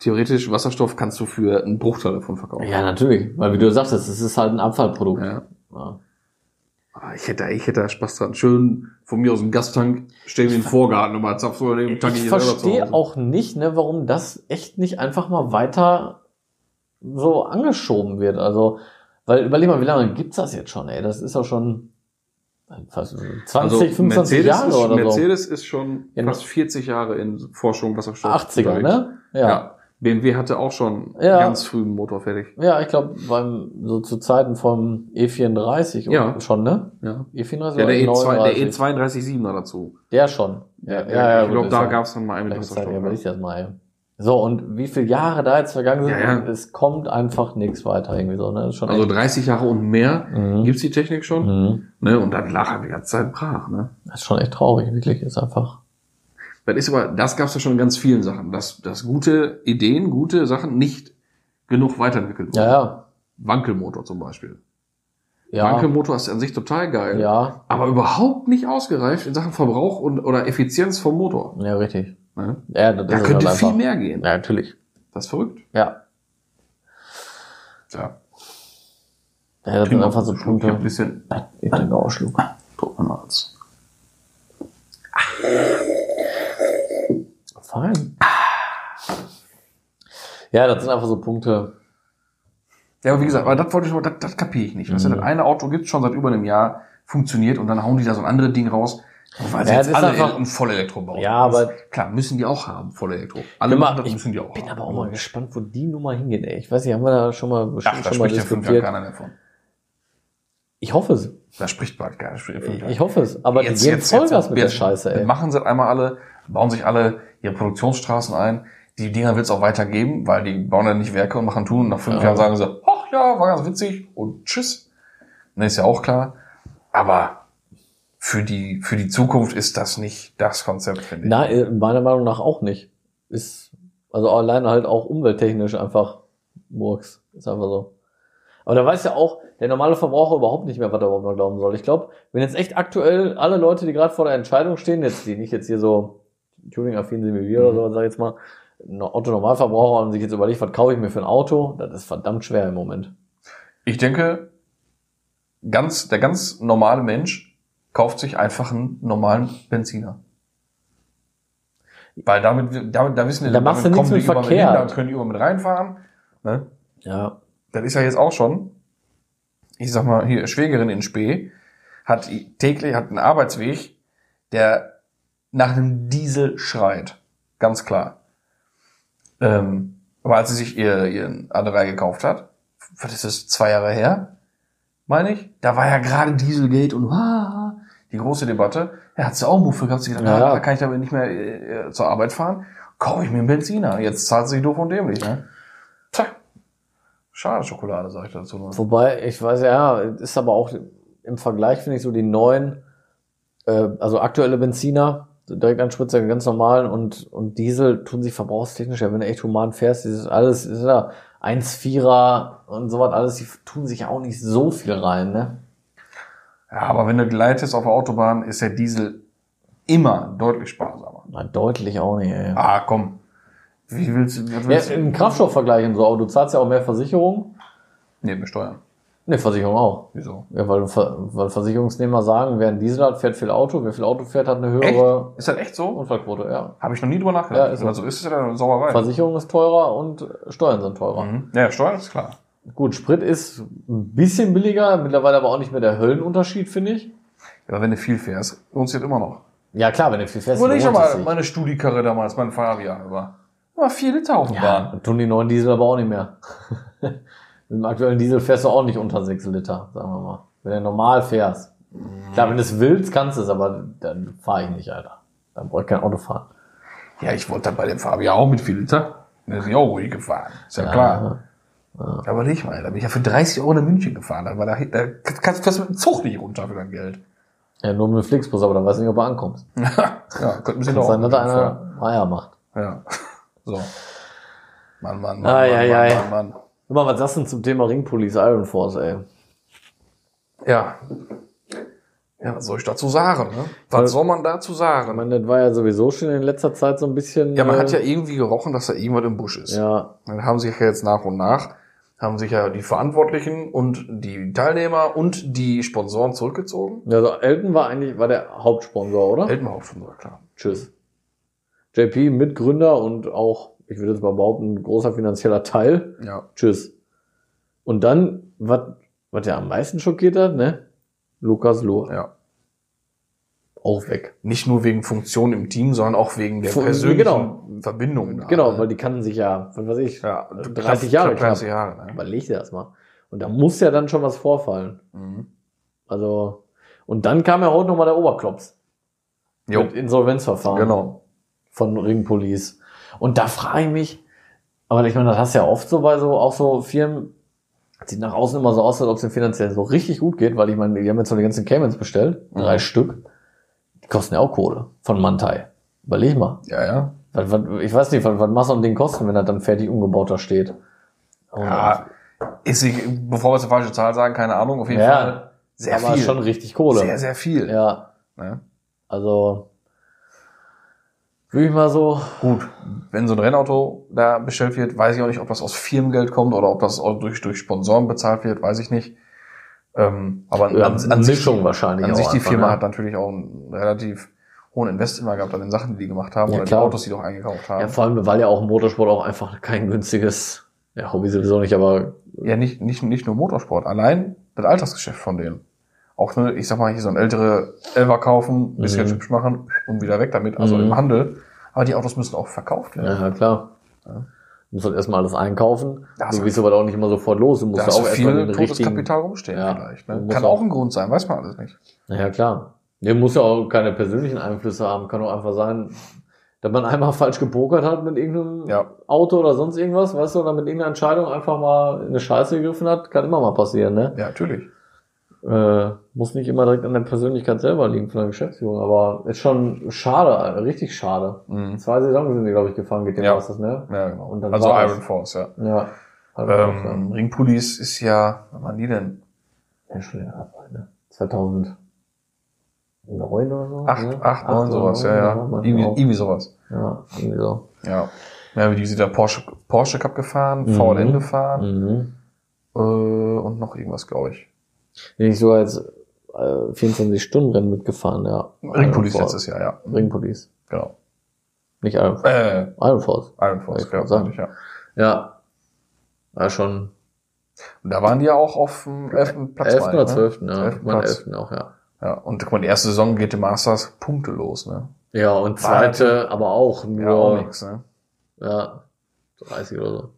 theoretisch Wasserstoff kannst du für einen Bruchteil davon verkaufen.
Ja, natürlich. Weil wie du sagtest, es ist halt ein Abfallprodukt.
Ja.
Ja.
Aber Ah, Ich hätte, da- ich hätte da Spaß dran. Schön von mir aus dem Gastank, stellen wir in den Vorgarten und mal zapfst du den Tank
Ich
hier selber zu
verstehe
Hause.
auch nicht, ne, warum das echt nicht einfach mal weiter so angeschoben wird. Also, weil überleg mal, wie lange gibt's das jetzt schon, ey? Das ist auch schon fast 20, 25
Also Mercedes
Jahre
ist,
oder
Mercedes ist schon
Ja,
fast 40 Jahre in Forschung
so.
Wasserstoff.
80er,
unterwegs.
ne?
Ja.
Ja.
BMW hatte auch schon
Ja.
ganz früh einen Motor fertig.
Ja, ich glaube, beim so zu Zeiten vom E34
Ja.
schon, ne?
Ja,
E34
ja der, E2, der E
E2.
E32-7er dazu.
Der schon. E Ja, ja, ja,
ich
gut,
glaube,
ist
da
ja-
gab es dann mal einen mit
Vielleicht Zeit, ja,
Wasserstoff. ja.
überleg das mal. ey. So, und wie viele Jahre da jetzt vergangen sind,
Ja, ja.
und es kommt einfach nichts weiter irgendwie so, ne? Das ist schon
Also
echt-
30 Jahre und mehr
Mhm.
gibt's die Technik schon.
Mhm.
Ne? Und dann lag er die ganze Zeit brach. Ne?
Das ist schon echt traurig, wirklich. Ist einfach.
Das ist aber, das gab's ja schon in ganz vielen Sachen, dass, dass gute Ideen, gute Sachen nicht genug weiterentwickelt wurden.
Ja, ja.
Wankelmotor zum Beispiel.
Ja.
Wankelmotor ist an sich total geil,
Ja,
aber überhaupt nicht ausgereift in Sachen Verbrauch und oder Effizienz vom Motor.
ja, richtig.
Ne?
Ja, das
Da
ist
könnte
halt
viel
einfach-
mehr gehen.
Ja, natürlich.
Das ist verrückt.
Ja.
Ja.
ja genau. das sind einfach so
Ich hab ein
Punkte.
bisschen
Ich bin Ausschluck.
Guck mal als.
Fein. Ja, das sind einfach so Punkte.
Ja, aber wie gesagt, aber das wollte ich schon, das, das kapier ich nicht. Weißt du,
Mhm.
das eine Auto gibt's schon seit über einem Jahr, funktioniert und dann hauen die da so ein anderes Ding raus. Weil sie
Ja, das
jetzt
ist
alle
einfach-
ein Vollelektro bauen.
Ja, aber-
klar, müssen die auch haben, Vollelektro. Alle
Bin mal-
machen das,
ich
müssen die auch
Bin
haben.
aber auch mal gespannt, wo die Nummer hingeht, ey. Ich weiß nicht, haben wir da schon mal, bestimmt
Ach, da
schon mal
spricht ja fünf Jahre keiner
diskutiert?
mehr von.
Ich hoffe es.
Da spricht bald keiner. spricht in fünf
Ich,
Jahren.
ich hoffe es. Aber die geben Vollgas mit der Scheiße, ey.
Machen sie einmal alle, bauen sich alle ihre Produktionsstraßen ein. Die Dinger wird's auch weitergeben, weil die bauen ja nicht Werke und machen tun. Und nach fünf
Ja.
Jahren sagen sie, ach ja, war ganz witzig und tschüss. Ne, ist ja auch klar. Aber für die, für die Zukunft ist das nicht das Konzept, finde ich.
Na, äh, meiner Meinung nach auch nicht. Ist, also alleine halt auch umwelttechnisch einfach Murks. Ist einfach so. Aber da weiß ja auch der normale Verbraucher überhaupt nicht mehr, was er überhaupt noch glauben soll. Ich glaube, wenn jetzt echt aktuell alle Leute, die gerade vor der Entscheidung stehen, jetzt die nicht jetzt hier so Tuning-affin sind wie wir oder so, sag ich jetzt mal, ein Otto-Normalverbraucher und sich jetzt überlegt, was kaufe ich mir für ein Auto, das ist verdammt schwer im Moment.
Ich denke, ganz, der ganz normale Mensch kauft sich einfach einen normalen Benziner. Weil damit, damit da wissen die,
Da machst du nichts
damit kommen
mit
die überall
verkehrt.
hin, da können die über mit reinfahren. Ne?
Ja.
Das ist ja jetzt auch schon, ich sag mal, hier, Schwägerin in Spee hat täglich, hat einen Arbeitsweg, der nach einem Diesel schreit. Ganz klar. Ähm, aber als sie sich ihr, ihren A3 gekauft hat, was ist das, zwei Jahre her, meine ich, da war ja gerade Dieselgate und ah, die große Debatte, ja, hat sie auch Muffe gehabt, sie gedacht,
Ja.
ah, da kann ich damit nicht mehr äh, äh, zur Arbeit fahren, kaufe ich mir einen Benziner, jetzt zahlt sie sich doof und dämlich, ne? Tja, schade Schokolade, sag ich dazu nur.
Wobei, ich weiß ja, ist aber auch im Vergleich, finde ich, so die neuen, äh, also aktuelle Benziner, so Direktanspritzer, ganz normalen und, und Diesel tun sich verbrauchstechnisch, ja, wenn du echt human fährst, dieses alles, ist ja 1,4er und sowas, alles, die tun sich ja auch nicht so viel rein, ne?
Ja, aber wenn du gleitest auf der Autobahn, ist der Diesel immer deutlich sparsamer.
Na, deutlich auch nicht, ey.
Ah, komm. Wie willst du, was
Ja,
willst du?
Im Kraftstoffvergleich und so, aber du zahlst ja auch mehr Versicherung.
Nee, besteuern.
Ne, Versicherung auch.
Wieso?
Ja, weil, Ver- weil Versicherungsnehmer sagen, wer ein Diesel hat, fährt viel Auto, wer viel Auto fährt, hat eine höhere
Ist das echt so?
Unfallquote, ja.
Habe ich noch nie drüber nachgedacht.
Ja, ist so.
also ist es ja dann Sauerei.
Versicherung ist teurer und Steuern sind teurer.
Mhm. Ja, Steuern ist klar.
Gut, Sprit ist ein bisschen billiger, mittlerweile aber auch nicht mehr der Höllenunterschied, finde ich.
Aber wenn du viel fährst, lohnt sich das immer noch.
Ja klar, wenn du viel fährst,
Wurde ich schon
lohnt es
mal
sich.
meine Studikarre damals, mein Fahrjahr über. War vier Liter auf der
ja,
Bahn.
dann tun die neuen Diesel aber auch nicht mehr. Mit dem aktuellen Diesel fährst du auch nicht unter 6 Liter, sagen wir mal. Wenn du normal fährst.
Mhm.
Klar, wenn du es willst, kannst du es, aber dann fahre ich nicht, Alter. Dann brauche ich kein Auto fahren.
Ja, ich wollte dann bei dem Fahrjahr auch mit vier Liter. Da bin ich auch ruhig gefahren. Ist ja, klar. Aber nicht mal, da bin ich ja für 30 Euro nach München gefahren. Aber da, da kannst du fast mit dem Zug nicht runter für dein Geld.
Ja, nur mit dem Flixbus, aber dann weiß ich nicht, ob er ankommt.
Ja, könnten sie
Kann
doch.
sein, dass da
Ja.
einer Eier macht.
ja. So. Mann, Mann, Mann,
Ai,
Mann,
ai,
Mann,
ai.
Mann, Mann,
Sag mal, was sagst du denn zum Thema Ring Police Iron Force, ey?
Ja. Ja, was soll ich dazu sagen? Ne? Was soll man dazu
Ich
sagen?
meine, das war ja sowieso schon in letzter Zeit so ein bisschen.
Ja, man
äh,
hat ja irgendwie gerochen, dass da irgendwas im Busch ist.
Ja,
Dann haben sich ja jetzt nach und nach, haben sich ja die Verantwortlichen und die Teilnehmer und die Sponsoren zurückgezogen.
also Elton war eigentlich, war der Hauptsponsor, oder?
Heldenhaufen, war klar.
Tschüss. JP, Mitgründer und auch, ich würde jetzt mal behaupten, großer finanzieller Teil.
Ja.
Tschüss. Und dann, was was ja am meisten schockiert hat, ne? Lukas Lohr.
Ja.
Auch weg.
Nicht nur wegen Funktion im Team, sondern auch wegen der
Fu-
persönlichen
genau.
Verbindung. da,
Genau,
ne?
weil die kannten sich ja, was weiß ich,
ja,
30 Jahre
Knapp 30 Jahre. Ne?
überleg dir das mal. Und da muss ja dann schon was vorfallen.
Mhm.
Also, und dann kam ja heute nochmal der Oberklops.
Jo.
Mit Insolvenzverfahren.
Genau.
von Ringpolice. Und da frage ich mich, aber ich meine, das hast du ja oft so bei so, auch so Firmen, das sieht nach außen immer so aus, als ob es denen finanziell so richtig gut geht, weil ich meine, die haben jetzt so die ganzen Caymans bestellt,
Mhm.
drei Stück, die kosten ja auch Kohle von Mantai. Überleg mal.
Ja, ja.
Was, was, ich weiß nicht, was, was machst du an den Kosten, wenn das dann fertig umgebaut da steht? Oh,
ja ist, ich- bevor wir jetzt eine falsche Zahl sagen, keine Ahnung, auf jeden
Ja,
Fall sehr
aber
viel.
schon richtig Kohle.
sehr, sehr viel.
Ja,
Ne?
also, würde ich mal so,
Gut, wenn so ein Rennauto da bestellt wird, weiß ich auch nicht, ob das aus Firmengeld kommt oder ob das auch durch, durch Sponsoren bezahlt wird, weiß ich nicht. Ähm, aber an,
ja,
an, an sich,
Mischung wahrscheinlich
an
auch
sich die
einfach,
Firma
ne?
hat natürlich auch einen relativ hohen Invest immer gehabt an den Sachen, die die gemacht haben
Ja,
oder
klar.
die Autos, die doch eingekauft
Ja,
haben.
vor allem, weil ja auch Motorsport auch einfach kein günstiges ja, Hobby sowieso nicht, aber
Ja, nicht, nicht, nicht nur Motorsport, allein das Altersgeschäft von denen. Auch, ne, ich sag mal, hier so ein ältere Elver kaufen, bisschen
Mhm.
hübsch machen und wieder weg damit, also
Mhm.
im Handel. Aber die Autos müssen auch verkauft werden.
ja, ja klar. Du musst halt erstmal alles einkaufen.
Da hast
du
du-
gehst aber auch nicht immer sofort los. Du
Da
musst
hast
auch
auch viel
erstmal den
totes
richtigen.
Kapital rumstehen
Ja.
vielleicht. Ne?
Muss
Kann
auch.
auch ein Grund sein, weiß man alles nicht.
Na Ja, klar. Der muss ja auch keine persönlichen Einflüsse haben. Kann auch einfach sein, dass man einmal falsch gepokert hat mit irgendeinem
Ja.
Auto oder sonst irgendwas, weißt du, oder mit irgendeiner Entscheidung einfach mal in eine Scheiße gegriffen hat. Kann immer mal passieren, ne?
Ja, natürlich.
äh, muss nicht immer direkt an der Persönlichkeit selber liegen von der Geschäftsführung, aber ist schon schade, äh, richtig schade.
Mhm.
Zwei Saisons sind sie, glaube ich, gefangen, geht dem
Ja.
aus, das, ne?
Ja, genau.
Und dann
also
war's.
Iron Force, ja.
Ja. Hat man auch
Ähm, Ring Police ist ja, wann waren die denn?
gesagt. Ja, schon länger dabei, ne? 2009 oder so?
Acht,
ne?
acht, neun, sowas, ja, ja.
manchmal
Irgendwie,
auch.
irgendwie sowas.
Ja, irgendwie so.
Ja. Ja, wie die sind da Porsche, Porsche Cup gefahren,
Mhm.
VLN gefahren,
Mhm.
äh, und noch irgendwas, glaube ich.
Bin ich sogar jetzt äh, 24-Stunden-Rennen mitgefahren, ja.
Ring Police
Iron
letztes Jahr, ja.
Force. Ring Police.
Genau.
Nicht Iron Force.
Äh,
Iron Force.
Iron Force,
Ich
ja,
kann sagen.
fand ich, ja.
Ja. War schon
Und da waren die ja auch auf dem elften Platz.
11.
meine
oder
ich, ne?
12. Ja,
Elften
mein
Platz.
11. auch, ja.
Ja, und guck mal, die erste Saison geht die Masters punktelos, ne?
Ja, und zweite, aber auch nur
Ja, auch nix, ne?
ja, 30 oder so.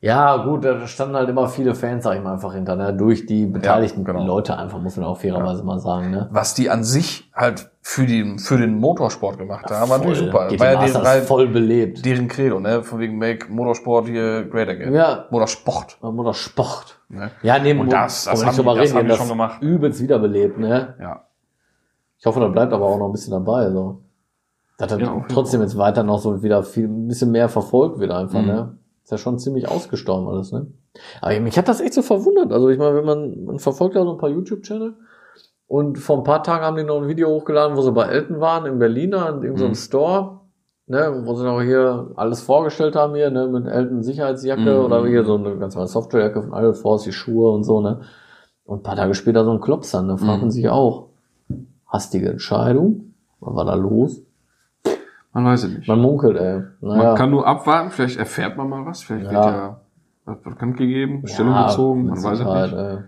Ja, gut, da standen halt immer viele Fans, sag ich mal, einfach hinter, ne? durch die beteiligten
Ja, genau.
Leute einfach, muss man auch fairerweise mal sagen. Ne?
was die an sich halt für, die, für den Motorsport gemacht haben, war natürlich super.
Geht
War
die
ja deren,
Masters
war
voll belebt.
deren Credo, ne? Von wegen Make Motorsport hier great again.
Ja,
Motorsport.
oder Sport.
Ne?
Ja, neben
Und das-
wollen
das
wir
haben
nicht drüber
die- das
reden,
haben die
das
schon gemacht.
Übelst wiederbelebt, ne?
Ja.
Ich hoffe, da bleibt aber auch noch ein bisschen dabei, so. Dass er
Ja, auf jeden
trotzdem jetzt weiter noch so wieder viel, ein bisschen mehr verfolgt wird einfach,
Mhm.
ne? Ist ja schon ziemlich ausgestorben alles, ne? Aber mich hat das echt so verwundert. Also ich meine, wenn man, man verfolgt ja so ein paar YouTube-Channel und vor ein paar Tagen haben die noch ein Video hochgeladen, wo sie bei Elton waren, in Berliner, in irgendeinem
Mhm.
Store, ne? Wo sie noch hier alles vorgestellt haben hier, ne? Mit Elton Sicherheitsjacke
Mhm.
oder hier so eine ganz normale Softwarejacke von Iron Force, die Schuhe und so, ne? Und ein paar Tage später so ein Klops dann, da fragt
Mhm.
man sich auch, hastige Entscheidung, was war da los?
Man weiß es nicht.
Man munkelt, ey. Naja.
Man kann nur abwarten, vielleicht erfährt man mal was, vielleicht
Ja.
wird ja was bekannt gegeben, Stellung
Ja,
bezogen, man
mit
weiß es
Sicherheit,
nicht.
ey.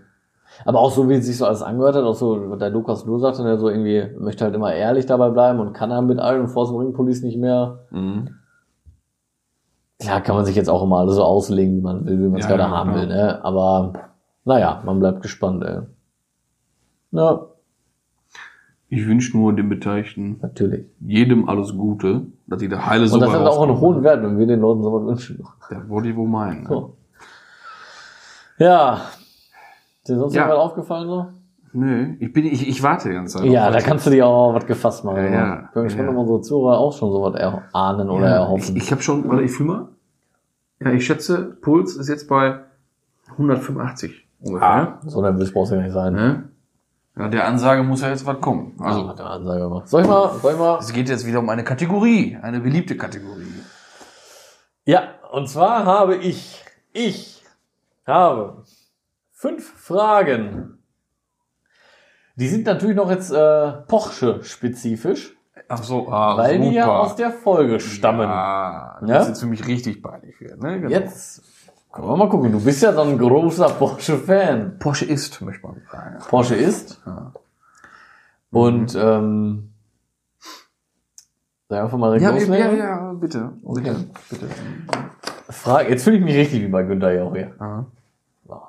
Aber auch so, wie es sich so alles angehört hat, auch so, was der Lukas Nur sagte, der so irgendwie möchte halt immer ehrlich dabei bleiben und kann dann mit Iron Force und Ring Police nicht mehr.
Mhm.
Klar kann man sich jetzt auch immer alles so auslegen, wie man will, wie man es
Ja,
gerade
ja,
haben
klar.
will, ne? Aber, naja, man bleibt gespannt, ey. Ja,
Ich wünsche nur den Beteiligten
natürlich.
jedem alles Gute, dass die da heile
Und
Suppe
das hat auch einen
rauskommen.
hohen Wert, wenn wir den Leuten sowas wünschen.
Das wollte ich wohl meinen. Ne?
So. Ja. Ist dir sonst
Ja.
noch was aufgefallen so?
Nö, ich bin, ich, ich warte die ganze Zeit.
Ja,
auf
da
was.
kannst du dir auch was gefasst machen.
Ja, ja.
Bin gespannt,
Ja,
ob
ja.
unsere Zuhörer auch schon so was erahnen oder
ja,
erhoffen.
Ich, ich habe schon, warte, ich fühl mal. Ja, ich schätze, Puls ist jetzt bei 185 ungefähr.
so nervös brauchst du gar nicht sein.
Ne?
Ja, der Ansage muss ja jetzt was kommen.
Also,
Also,
hat er Ansage gemacht. Soll ich mal, soll ich mal?
es geht jetzt wieder um eine Kategorie, eine beliebte Kategorie.
Ja, und zwar habe ich, ich habe fünf Fragen. Die sind natürlich noch jetzt äh, Porsche-spezifisch,
Ach so, ah,
weil die ja aus der Folge stammen.
Ah, das
Ja?
ist jetzt für mich richtig peinlich. wird, Ne? Genau.
Jetzt können wir mal gucken. Du bist ja so ein großer Porsche-Fan.
Porsche ist, möchte man sagen.
Porsche ist.
Ja. Mhm.
Und ähm, sagen wir einfach mal direkt
Ja,
loslegen.
ja, ja, bitte.
Okay.
bitte.
Frage, jetzt fühle ich mich richtig wie bei Günther Jauch hier.
Aha.
So,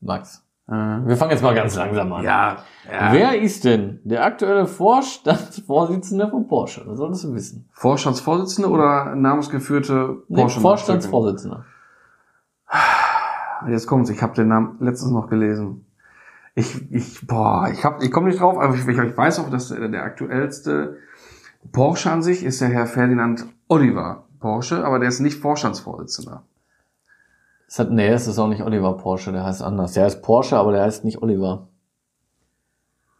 Max,
Äh,
wir fangen jetzt mal ganz langsam an.
ja, ja.
Wer ist denn der aktuelle Vorstandsvorsitzende von Porsche? Das solltest du wissen.
Vorstandsvorsitzende oder namensgeführte
Nee,
Porsche?
Vorstandsvorsitzender.
Ah, Jetzt kommt's, ich habe den Namen letztens noch gelesen. Ich, ich, boah, ich hab, ich komme nicht drauf, aber ich, ich ich weiß auch, dass der, der aktuellste Porsche an sich ist der Herr Ferdinand Oliver Porsche, aber der ist nicht Vorstandsvorsitzender.
Es hat, nee, es ist auch nicht Oliver Porsche, der heißt anders. Der heißt Porsche, aber der heißt nicht Oliver.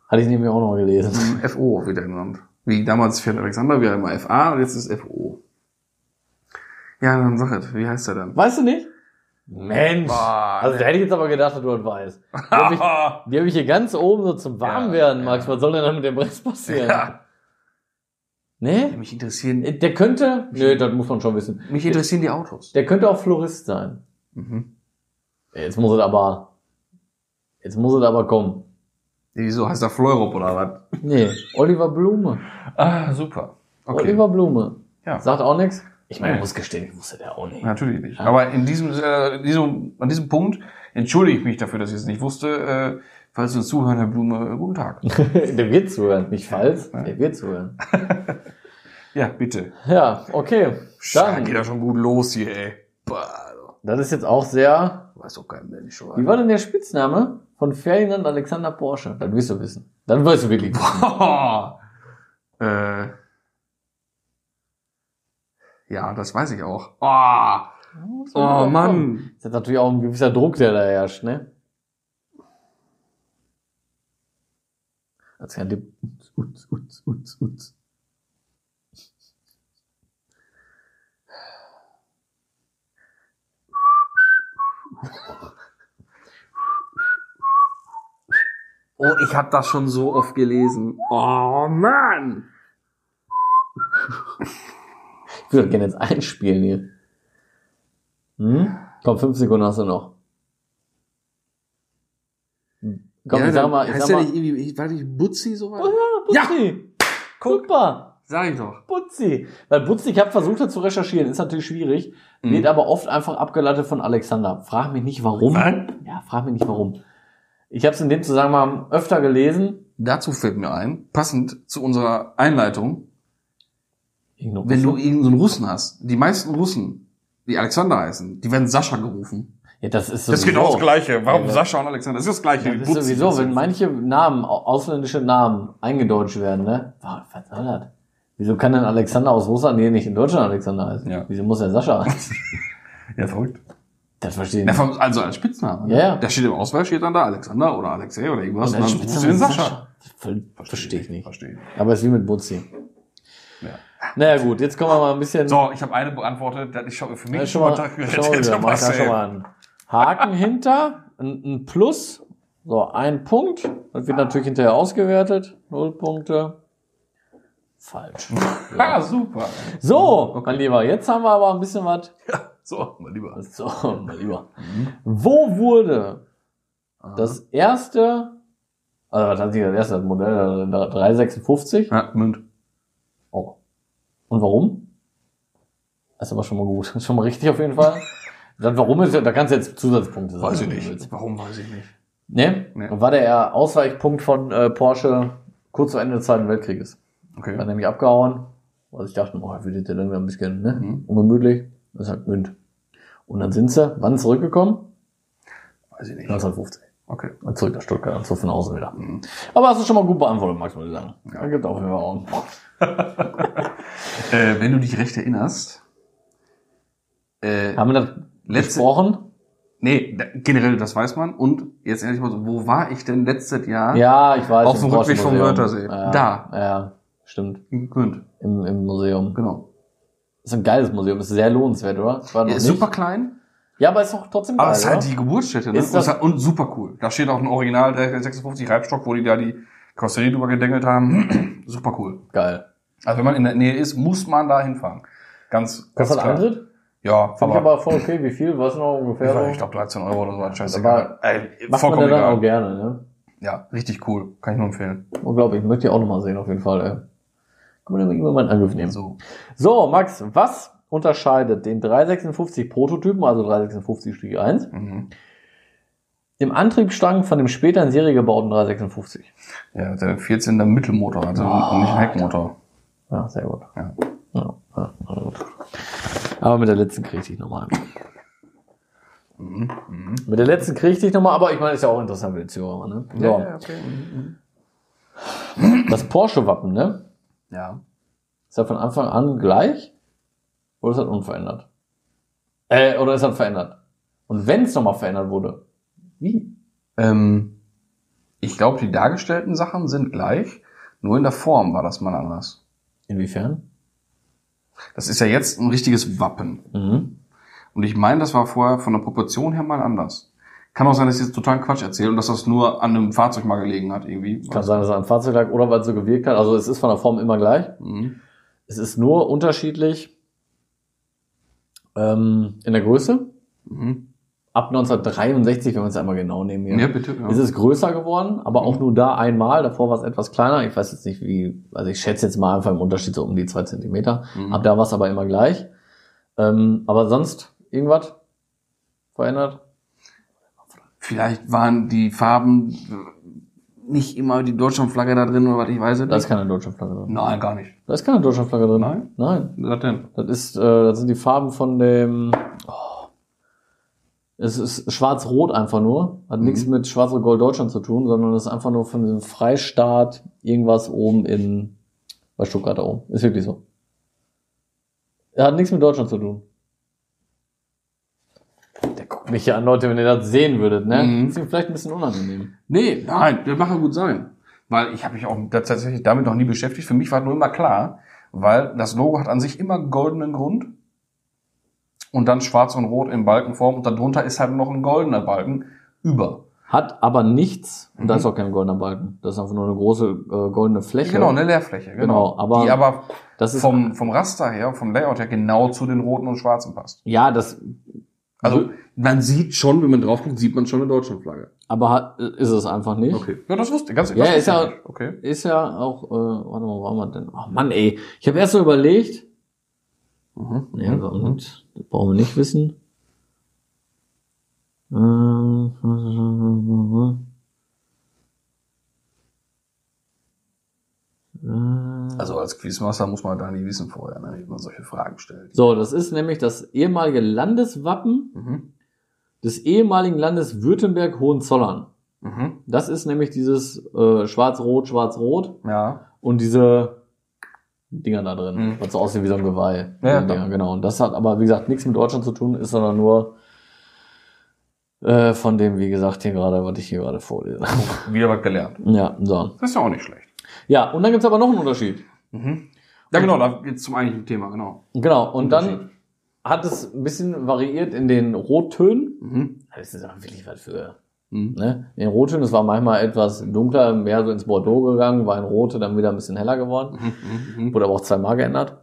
Hatte ich nämlich auch noch gelesen.
FO wird er genannt. Wie damals Ferdinand Alexander, wie er immer FA und jetzt ist FO. Ja, dann sag es, wie heißt er denn?
Weißt du nicht? Mensch! also da hätte ich jetzt aber gedacht, dass du das weißt. Die habe ich, die hab ich hier ganz oben so zum Warmwerden, Max. Was soll denn da mit dem Rest passieren?
Ja.
Nee?
Mich interessieren,
Der könnte. Nee, das muss man schon wissen.
mich interessieren die Autos.
Der könnte auch Florist sein.
Mhm.
Jetzt muss es aber. Jetzt muss es aber kommen.
Wieso heißt er Fleurop oder was?
Nee, Oliver Blume.
Ah, super. Okay.
Oliver Blume.
Ja.
Sagt auch nichts. Ich meine,
Nee.
ich muss gestehen, ich wusste der auch nicht.
Natürlich nicht. Aber in diesem, äh, in diesem, an diesem Punkt entschuldige ich mich dafür, dass ich es nicht wusste. Äh, falls Sie uns zuhören, Herr Blume, äh, guten Tag.
der wird zuhören, nicht falls. Der wird zuhören.
Ja, bitte.
Ja, okay.
Da geht
Dann,
ja schon gut los hier, ey. Bah,
das ist jetzt auch sehr
weiß doch kein Mensch,
Wie
oder?
war denn der Spitzname von Ferdinand Alexander Porsche? Dann wirst du wissen. Dann wirst du wirklich. wissen.
Äh, ja, das weiß ich auch. Oh,
Ah.
oh Mann.
Ist jetzt natürlich auch ein gewisser Druck, der da herrscht, ne? Als kann die. Uts, uts, uts, uts, uts.
Oh, ich habe das schon so oft gelesen. Oh Mann.
Ich würde gerne jetzt einspielen hier. Hm? Komm, fünf Sekunden hast du noch. Hm. Komm, ich sag mal, ich
heißt
sag
ja
mal.
nicht irgendwie, ich, war nicht Butzi sowas?
Oh ja, Butzi! Super!
Sag ich doch.
Butzi. Weil Butzi, ich habe versucht das zu recherchieren, ist natürlich schwierig,
Mhm.
wird aber oft einfach abgeleitet von Alexander. Frag mich nicht warum. Ja, frag mich nicht warum. Ich habe es in dem Zusammenhang öfter gelesen.
Dazu fällt mir ein, passend zu unserer Einleitung,
Ignoriere.
wenn du irgendeinen Russen hast, die meisten Russen, die Alexander heißen, die werden Sascha gerufen.
ja, das ist sowieso.
Das ist genau das Gleiche. Warum
Ja, das-
Sascha und Alexander? Das ist das Gleiche.
Das ist sowieso, wenn manche Namen, au- ausländische Namen eingedeutscht werden, ne? Wow, Was soll das? Wieso kann denn Alexander aus Russland hier nicht in Deutschland Alexander heißen?
Ja.
Wieso muss er Sascha heißen?
ja, verrückt.
Das verstehe ich
Ja,
nicht.
vom, also als Spitzname. ne?
Ja, ja.
Da steht im Auswahl, steht dann da Alexander oder Alexei oder irgendwas. Und
als
dann rufst du den
Spitzname
Sascha.
Ver- Verstehe ich nicht.
Verstehe. ich.
Aber es ist wie mit Butzi.
Ja.
Naja gut, jetzt kommen wir mal ein bisschen.
So, ich habe eine beantwortet, das ist schon für mich
Ja,
schon
schon
mal
mal,
Tag
schon mal,
gerettet.
wieder,
Schon mal
mach da schon
safe.
mal einen Haken hinter, ein, ein Plus, so ein Punkt. Das wird natürlich hinterher ausgewertet. Null Punkte. Falsch.
Ja, Ah, super.
So, oh, mein Lieber, jetzt haben wir aber ein bisschen was.
So, mein Lieber.
So, mein Lieber.
Mhm.
Wo wurde das erste, also was hat sich das erste Modell, äh, 356?
Ja, Münd.
Oh. Und warum? Das ist aber schon mal gut. Schon mal richtig auf jeden Fall. Dann warum ist, da kannst du jetzt Zusatzpunkte sagen.
Weiß ich
wenn du willst.
nicht. Warum weiß ich nicht?
Ne?
Nee.
War der Ausweichpunkt von äh, Porsche kurz vor Ende des Zweiten Weltkrieges. War
Okay.
nämlich abgehauen, weil ich dachte, oh, wird der dann wieder ein bisschen ne?
Mhm.
ungemütlich. Das ist halt Münd. Und dann sind sie, wann zurückgekommen?
Weiß ich nicht.
1950.
Okay.
Und zurück nach Stuttgart und zu Hause wieder.
Mhm.
Aber hast du schon mal gut beantwortet, Max, muss ich sagen. Ja, gibt auch immer auch.
Äh, wenn du dich recht erinnerst, äh,
Haben wir das
Letzte-
besprochen?
nee, da, generell, das weiß man. Und jetzt ehrlich mal so, wo war ich denn letztes Jahr?
Ja, ich weiß.
Auf
im
dem Rückweg vom
Porsche-Museum.
Wörthersee.
Ja,
Da.
Ja, stimmt.
Gmünd,
Im, Im Museum.
genau.
Ist ein geiles Museum, ist sehr lohnenswert, oder? War noch
Ja, ist
nicht.
super klein,
Ja, aber ist auch trotzdem geil.
aber es ist halt
oder?
die Geburtsstätte, ne?
Ist
und,
das-
ist halt, und super cool. Da steht auch ein Original 356 Reibstock, wo die da die Karosserie drüber gedengelt haben. super cool.
geil.
Also wenn man in der Nähe ist, muss man da hinfahren. Ganz, ganz
Kostet
klar.
Antritt?
Ja,
Finde ich
aber
aber voll okay. Wie viel? Was noch ungefähr?
ich,
so?
ich glaube 13 Euro oder so, hat scheißegal. Ey,
äh, Macht man
vollkommen
dann
egal.
auch gerne, ne?
Ja, richtig cool. Kann ich nur empfehlen.
Unglaublich. Möchte ich auch nochmal sehen, auf jeden Fall, ey. Kann man da irgendwann mal einen Angriff nehmen.
So.
So, Max, was unterscheidet den 356 Prototypen, also 356-1,
Mhm.
dem Antriebsstrang von dem später in Serie gebauten 356?
Ja, der 14er Mittelmotor hatte
Ah,
und nicht einen Heckmotor.
Ja, sehr gut.
Ja.
Ja, ja, na gut. Aber mit der letzten krieg ich dich nochmal. Mit der letzten krieg ich dich nochmal, aber ich meine, ist ja auch interessant für den Zuhörer, ne? So. Mhm, Das Porsche-Wappen, ne?
Ja.
Ist das von Anfang an gleich? Oder ist das unverändert? Äh, oder ist das verändert? Und wenn es nochmal verändert wurde, wie?
Ähm, ich glaube, die dargestellten Sachen sind gleich, nur in der Form war das mal anders.
Inwiefern?
Das ist ja jetzt ein richtiges Wappen.
Mhm.
Und ich meine, das war vorher von der Proportion her mal anders. Kann auch sein, dass ich jetzt totalen Quatsch erzähle und dass das nur an einem Fahrzeug mal gelegen hat irgendwie.
Kann sein, dass er am Fahrzeug lag oder weil es so gewirkt hat. Also es ist von der Form immer gleich.
Mhm.
Es ist nur unterschiedlich ähm, in der Größe.
Mhm.
Ab 1963, wenn wir es einmal genau nehmen hier,
Ja. Mhm. bitte. Ja.
ist es größer geworden, aber auch nur da einmal. Davor war es etwas kleiner. Ich weiß jetzt nicht, wie, also ich schätze jetzt mal einfach im Unterschied so um die zwei Zentimeter.
Mhm.
Ab da war es aber immer gleich. Ähm, aber sonst irgendwas verändert?
Vielleicht waren die Farben äh, nicht immer die Deutschlandflagge da drin oder was, ich weiß es
Da ist
nicht.
keine Deutschlandflagge drin.
Nein, gar nicht.
Da ist keine Deutschlandflagge drin.
Nein?
Nein.
Was denn?
Das ist, äh, das sind die Farben von dem. Oh, es ist schwarz-rot einfach nur.
Mhm.
Hat nichts mit Schwarz und Gold Deutschland zu tun, sondern es ist einfach nur von diesem Freistaat irgendwas oben in bei Stuttgart da oben. Ist wirklich so. Er hat nichts mit Deutschland zu tun. Der guckt mich hier an, Leute, wenn ihr das sehen würdet, ne?
Mhm.
Ist ihm vielleicht ein bisschen unangenehm.
Nee, nein, das mag ja gut sein. Weil ich habe mich auch tatsächlich damit noch nie beschäftigt. Für mich war nur immer klar, weil das Logo hat an sich immer goldenen Grund und dann schwarz und rot in Balkenform und darunter ist halt noch ein goldener Balken über.
Hat aber nichts, und da
Mhm.
ist auch kein goldener Balken. Das ist einfach nur eine große äh, goldene Fläche.
Genau, eine Leerfläche, genau.
Genau, aber-
die aber
Das ist
vom, vom Raster her, vom Layout her genau zu den roten und schwarzen passt.
Ja, das,
Also man sieht schon, wenn man drauf guckt, sieht man schon eine Deutschlandflagge.
aber hat, ist es einfach nicht.
Okay. Ja, das wusste ich. Ganz,
Ja,
das
ist
wusste ich
ja-
nicht. Okay.
Ist ja auch, äh, warte mal, wo haben wir denn? Ach Mann, ey. Ich habe erst so überlegt.
Mhm.
Ja, und das brauchen wir nicht wissen. Äh, Ähm, äh,
Also als Quizmaster muss man da nie wissen vorher, ne, wie man solche Fragen stellt.
So, das ist nämlich das ehemalige Landeswappen
Mhm.
des ehemaligen Landes Württemberg-Hohenzollern.
Mhm.
Das ist nämlich dieses äh, Schwarz-Rot, Schwarz-Rot.
Ja.
und diese Dinger da drin,
Mhm.
was so aussehen wie so ein Geweih.
Ja,
Die Dinger,
klar.
genau. Und das hat aber, wie gesagt, nichts mit Deutschland zu tun, ist sondern nur äh, von dem, wie gesagt, hier gerade, was ich hier gerade vorlese.
Wieder was gelernt.
ja, so.
Das ist ja auch nicht schlecht.
Ja, und dann gibt's aber noch einen Unterschied.
Ja, genau, da jetzt zum eigentlichen Thema, genau.
Genau, und dann hat es ein bisschen variiert in den Rottönen.
Mhm.
Das ist auch wirklich was für.
Mhm.
Ne? In den Rottönen, es war manchmal etwas dunkler, mehr so ins Bordeaux gegangen, war in Rote dann wieder ein bisschen heller geworden.
Mhm.
Wurde aber auch zweimal geändert.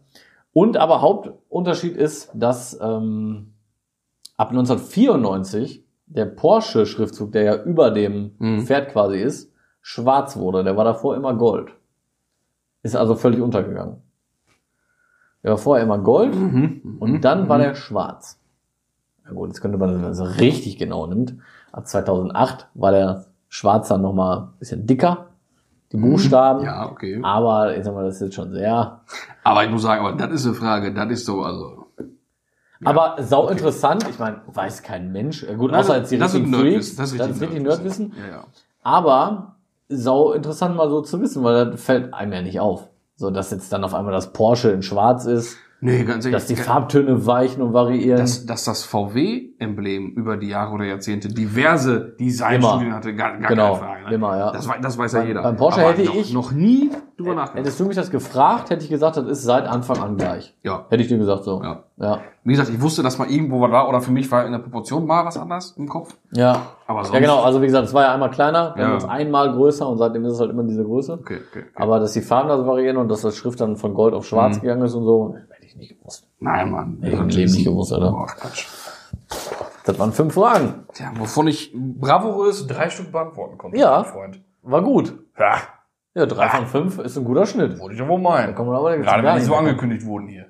Und aber Hauptunterschied ist, dass ähm, ab 1994 der Porsche-Schriftzug, der ja über dem
Mhm.
Pferd quasi ist, schwarz wurde. Der war davor immer Gold. Ist also völlig untergegangen. Der war vorher immer Gold
Mhm.
und dann war der schwarz. Na gut, jetzt könnte man, wenn man es richtig genau nimmt, ab 2008 war der schwarz dann nochmal ein bisschen dicker. Die Buchstaben.
Mhm. Ja, okay.
Aber ich sag mal, das ist jetzt schon sehr.
Aber ich muss sagen, aber das ist eine Frage, das ist so, also.
Aber sau interessant. Ich meine, weiß kein Mensch. Äh, Gut, außer jetzt die
das
richtigen
sind Nerdwissen.
Freaks.
Das ist
das
richtig
ist richtig
Nerdwissen.
Nerdwissen.
Ja, ja.
Aber sau interessant mal so zu wissen, weil das fällt einem ja nicht auf. So, dass jetzt dann auf einmal das Porsche in schwarz ist,
Nee, ganz ehrlich.
dass die Farbtöne weichen und variieren.
dass, dass genau. das VW-Emblem über die Jahre oder Jahrzehnte diverse Designstudien
Immer.
hatte, gar, gar
Genau,
keine Frage. Ne?
immer, ja.
Das, wei- das weiß ja
Beim-
jeder.
beim Porsche
Aber
hätte
noch,
ich-
noch nie drüber nachgedacht.
Hättest du mich das gefragt, hätte ich gesagt, das ist seit Anfang an gleich.
Ja.
Hätte ich dir gesagt so.
Ja.
Ja.
Wie gesagt, ich wusste, dass mal irgendwo war da oder für mich war in der Proportion mal was anders im Kopf.
Ja.
Aber sonst.
Ja, genau. Also, wie gesagt, es war ja einmal kleiner, dann
Ja.
wird's einmal größer und seitdem ist es halt immer diese Größe.
Okay, okay. okay.
Aber dass die Farben da so variieren und dass das Schrift dann von Gold auf Schwarz gegangen ist und so, hätte ich nicht gewusst.
Nein, Mann.
Hätte ich im Leben nicht gewusst, Alter.
Boah, Quatsch.
Das waren fünf Fragen.
Tja, wovon ich
Bravourös drei Stück beantworten konnte,
Ja.
mein Freund.
War gut.
Ja,
Ja, drei von fünf ist ein guter Schnitt.
würde ich ja wohl meinen.
kommen wir aber jetzt
Gerade
gar
wenn die
nicht
so
mehr.
angekündigt wurden hier.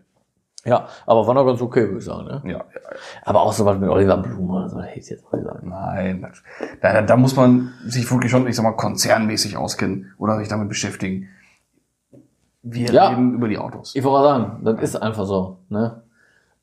Ja, aber war noch ganz okay, würde ich sagen. Ne?
Ja, ja.
Aber auch so was mit Oliver Blume oder so, hätte ich jetzt mal gesagt.
Nein, das- da, da, da muss man sich wirklich schon, ich sag mal, konzernmäßig auskennen oder sich damit beschäftigen. Wir
Ja.
reden über die Autos.
Ich wollte gerade sagen, das ist einfach so. Ne?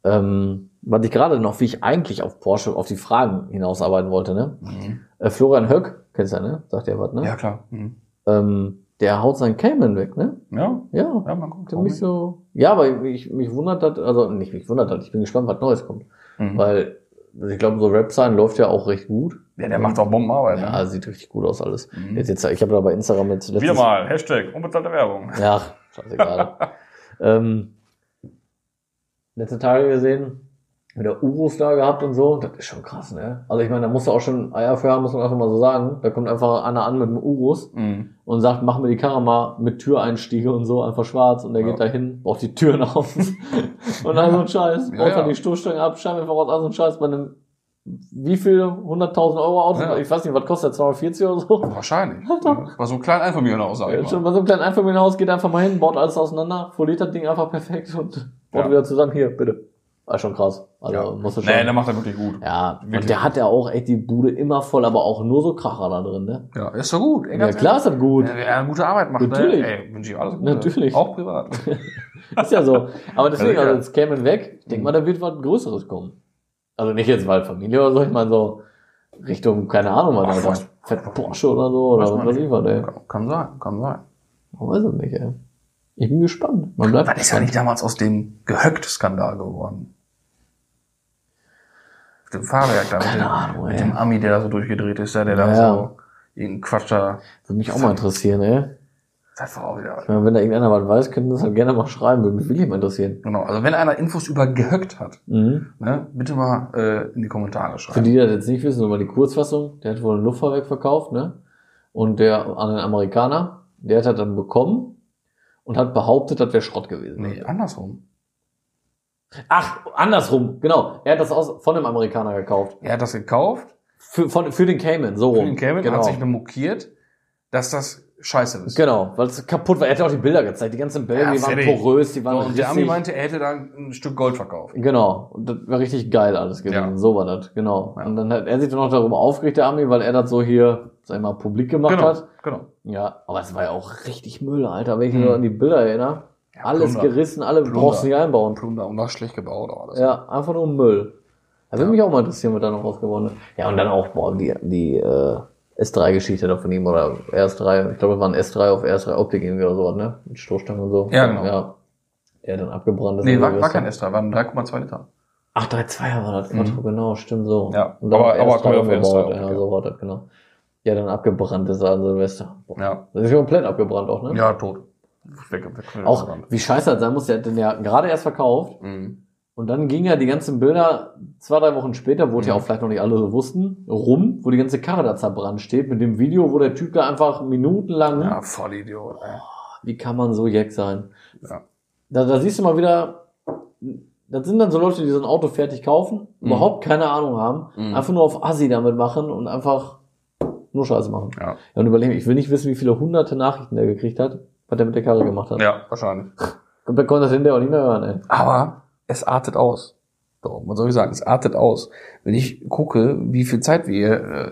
Ähm, was ich gerade noch, wie ich eigentlich auf Porsche, auf die Fragen hinausarbeiten wollte. Ne? Äh, Florian Höck, kennst du ja, ne? Sagt der was, ne?
Mhm. Ja, klar. Mhm.
Ähm, der haut seinen Cayman weg, ne?
Ja,
Ja,
ja, man guckt.
Der mich so, ja, aber ich, mich wundert das, also nicht mich wundert das, ich bin gespannt, was Neues kommt.
Mhm.
Weil also ich glaube, so Rap sein läuft ja auch recht gut.
Ja, der macht auch Bombenarbeit.
Ja,
ne?
sieht richtig gut aus alles.
Mhm.
Jetzt, jetzt, ich habe da bei Instagram jetzt letztens,
Wieder mal, Hashtag, unbezahlte Werbung.
Ja, scheißegal. ähm, letzte Tage gesehen, wieder Urus da gehabt und so, das ist schon krass, ne? Also ich meine, da musst du auch schon Eier für haben, muss man einfach mal so sagen. Da kommt einfach einer an mit einem Urus
Mhm.
und sagt, mach mir die Karre mal mit Türeinstiege und so, einfach schwarz. Und der
Ja.
geht da hin, braucht die Türen auf und all so ein Scheiß.
Ja,
Baut dann
ja.
die Stoßstangen ab, Scheinwerfer raus, all so ein Scheiß. Bei einem, wie viel, 100.000 Euro Auto,
Ja.
ich weiß nicht, was kostet der, 240 oder so?
Wahrscheinlich. Ja, War so ein klein Einfamilienhaus, sag
Ja,
ich
schon
mal.
bei so einem kleinen Einfamilienhaus geht einfach mal hin, baut alles auseinander, foliert das Ding einfach perfekt und baut
Ja.
wieder zusammen. Hier, bitte. War schon krass. Also,
Ja.
musst du schon.
Nee, der macht er wirklich gut.
ja,
Wirklich.
und der hat ja auch echt die Bude immer voll, aber auch nur so Kracher da drin, ne?
Ja, ist doch gut. ey,
Ja,
ganz
klar ist das gut.
ehrlich. Ja, wer gute Arbeit macht,
Natürlich.
ne? Ey, wünsche ich alles Gute.
Natürlich.
Auch privat.
Ist ja so. Aber deswegen,
Ja,
also
ja.
jetzt Cayman weg, ich denke mal, da wird was Größeres kommen. Also nicht jetzt weil Familie oder so, ich meine so Richtung, keine Ahnung,
Ach,
was da
was-
Fett Porsche oder so oder
Weiß
was
man
weiß
nicht.
ich was, ey.
Kann, kann sein, kann sein.
Man weiß es nicht, ey. Ich bin gespannt. Man bleibt
Was ist ja
gespannt.
nicht damals aus dem Gehöckt-Skandal geworden? Mit dem Fahrwerk da, mit
Keine
dem,
Ahnung,
mit
ey.
dem Ami, der da so durchgedreht ist, der, der da
Ja.
so irgendeinen Quatsch da.
Würde mich auch mal interessieren, ey.
Das war auch wieder.
Ich meine, wenn da irgendeiner was weiß, könnten das halt gerne mal schreiben. Würde mich wirklich mal interessieren.
Genau. Also wenn einer Infos über gehöckt hat,
Mhm.
ne, bitte mal äh, in die Kommentare
Für
schreiben.
die, die das jetzt nicht wissen, nochmal die Kurzfassung. Der hat wohl ein Luftfahrwerk verkauft, ne? Und der an den Amerikaner, der hat das dann bekommen und hat behauptet, das wäre Schrott gewesen.
Nee, andersrum.
Ach, andersrum, genau. Er hat das aus, von einem Amerikaner gekauft.
Er hat das gekauft,
Für, von, für den Cayman, so
für
rum.
den Kevin,
genau.
hat sich bemokiert, dass das scheiße ist.
genau, weil es kaputt war. Er hat ja auch die Bilder gezeigt. Die ganzen Bilder,
Ja,
die waren
fertig.
porös, die waren
So, und der Ami
rissig.
meinte, er hätte da ein Stück Gold verkauft.
Genau, und das war richtig geil alles gewesen.
Ja.
So war das, genau.
Ja.
Und dann hat er sich dann noch darüber aufgeregt, der Ami, weil er das so hier, sag ich mal, publik gemacht hat.
genau.
Ja, aber es war ja auch richtig Müll, Alter, wenn ich mich
Mhm.
nur an die Bilder erinnere. alles
Plunder.
gerissen, alle
Plunder.
brauchst du nicht einbauen.
Plunder und war schlecht gebaut. Aber das
Ja, einfach nur Müll. Da würde mich auch mal interessieren, was da noch rausgeworden ist. Ja, und dann auch, boah, die, die äh, S3-Geschichte da von ihm oder RS3, ich glaube, das war ein S3 auf RS3 Optik irgendwie oder sowas, ne? Mit Stoßstangen und so.
Ja, genau.
Ja. Der dann abgebrannt ist.
Nee,
und
war,
so,
war
weißt du?
kein S3, war ein 3,2 Liter.
Ach, 3-2 war das
Mhm.
Quattro, genau, stimmt so.
Ja,
und dann
aber-
aber,
aber
aber
kommt auf
auf
jeden
gebaut,
Fall auch,
ja,
ja.
so war das, genau. Ja, dann abgebrannt ist er an Silvester. Boah,
Ja,
Das ist ja komplett abgebrannt auch, ne?
ja tot. Weg, weg, weg
Auch wie scheiße das sein muss, der hat den ja gerade erst verkauft
Mhm.
und dann ging ja die ganzen Bilder zwei, drei Wochen später, wo es ja auch vielleicht noch nicht alle so wussten, rum, wo die ganze Karre da zerbrannt steht, mit dem Video, wo der Typ da einfach minutenlang,
Ja, voll Idiot. Ey.
wie kann man so jeck sein?
Ja.
Da, da siehst du mal wieder, das sind dann so Leute, die so ein Auto fertig kaufen, überhaupt keine Ahnung haben,
Mhm.
einfach nur auf Assi damit machen und einfach nur Scheiße machen.
Ja.
Ja, und überlegen, ich will nicht wissen, wie viele hunderte Nachrichten der gekriegt hat, was der mit der Karre gemacht hat.
ja, wahrscheinlich.
Und dann konnte das hinterher auch nicht mehr hören, ey.
Aber es artet aus. So, man soll ich sagen, es artet aus. Wenn ich gucke, wie viel Zeit wir äh,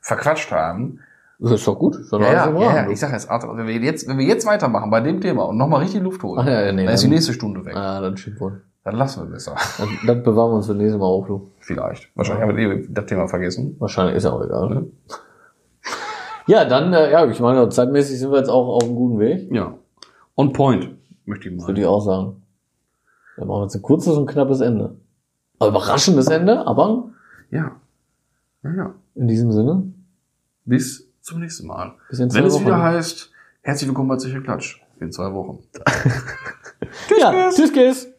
verquatscht haben. Also,
Das ist doch gut. Ist doch
Ja,
alles
ja,
im
ja,
Rahmen.
ich sage, es artet aus. Wenn wir, jetzt, wenn wir jetzt weitermachen bei dem Thema und nochmal richtig Luft holen,
Ach ja, ja, nee,
dann ist die
dann-
nächste Stunde weg.
Ah, dann stimmt wohl.
Dann lassen wir besser.
Und das bewahren wir uns das nächste Mal auf, du.
Vielleicht. Wahrscheinlich haben wir eh das Thema vergessen.
Wahrscheinlich ist ja auch egal. Ne? Ja, dann, äh, ja, ich meine, zeitmäßig sind wir jetzt auch auf einem guten Weg,
Ja. On point.
Möchte ich mal.
würde ich auch sagen. Dann machen wir jetzt ein kurzes und knappes Ende. Aber überraschendes Ende, aber
Ja. Ja, ja.
in diesem Sinne.
Bis zum nächsten Mal.
Bis in zwei
Wenn es
Wochen.
wieder heißt, herzlich willkommen bei Zeche Klatsch. In zwei Wochen.
ja, tschüss, tschüss.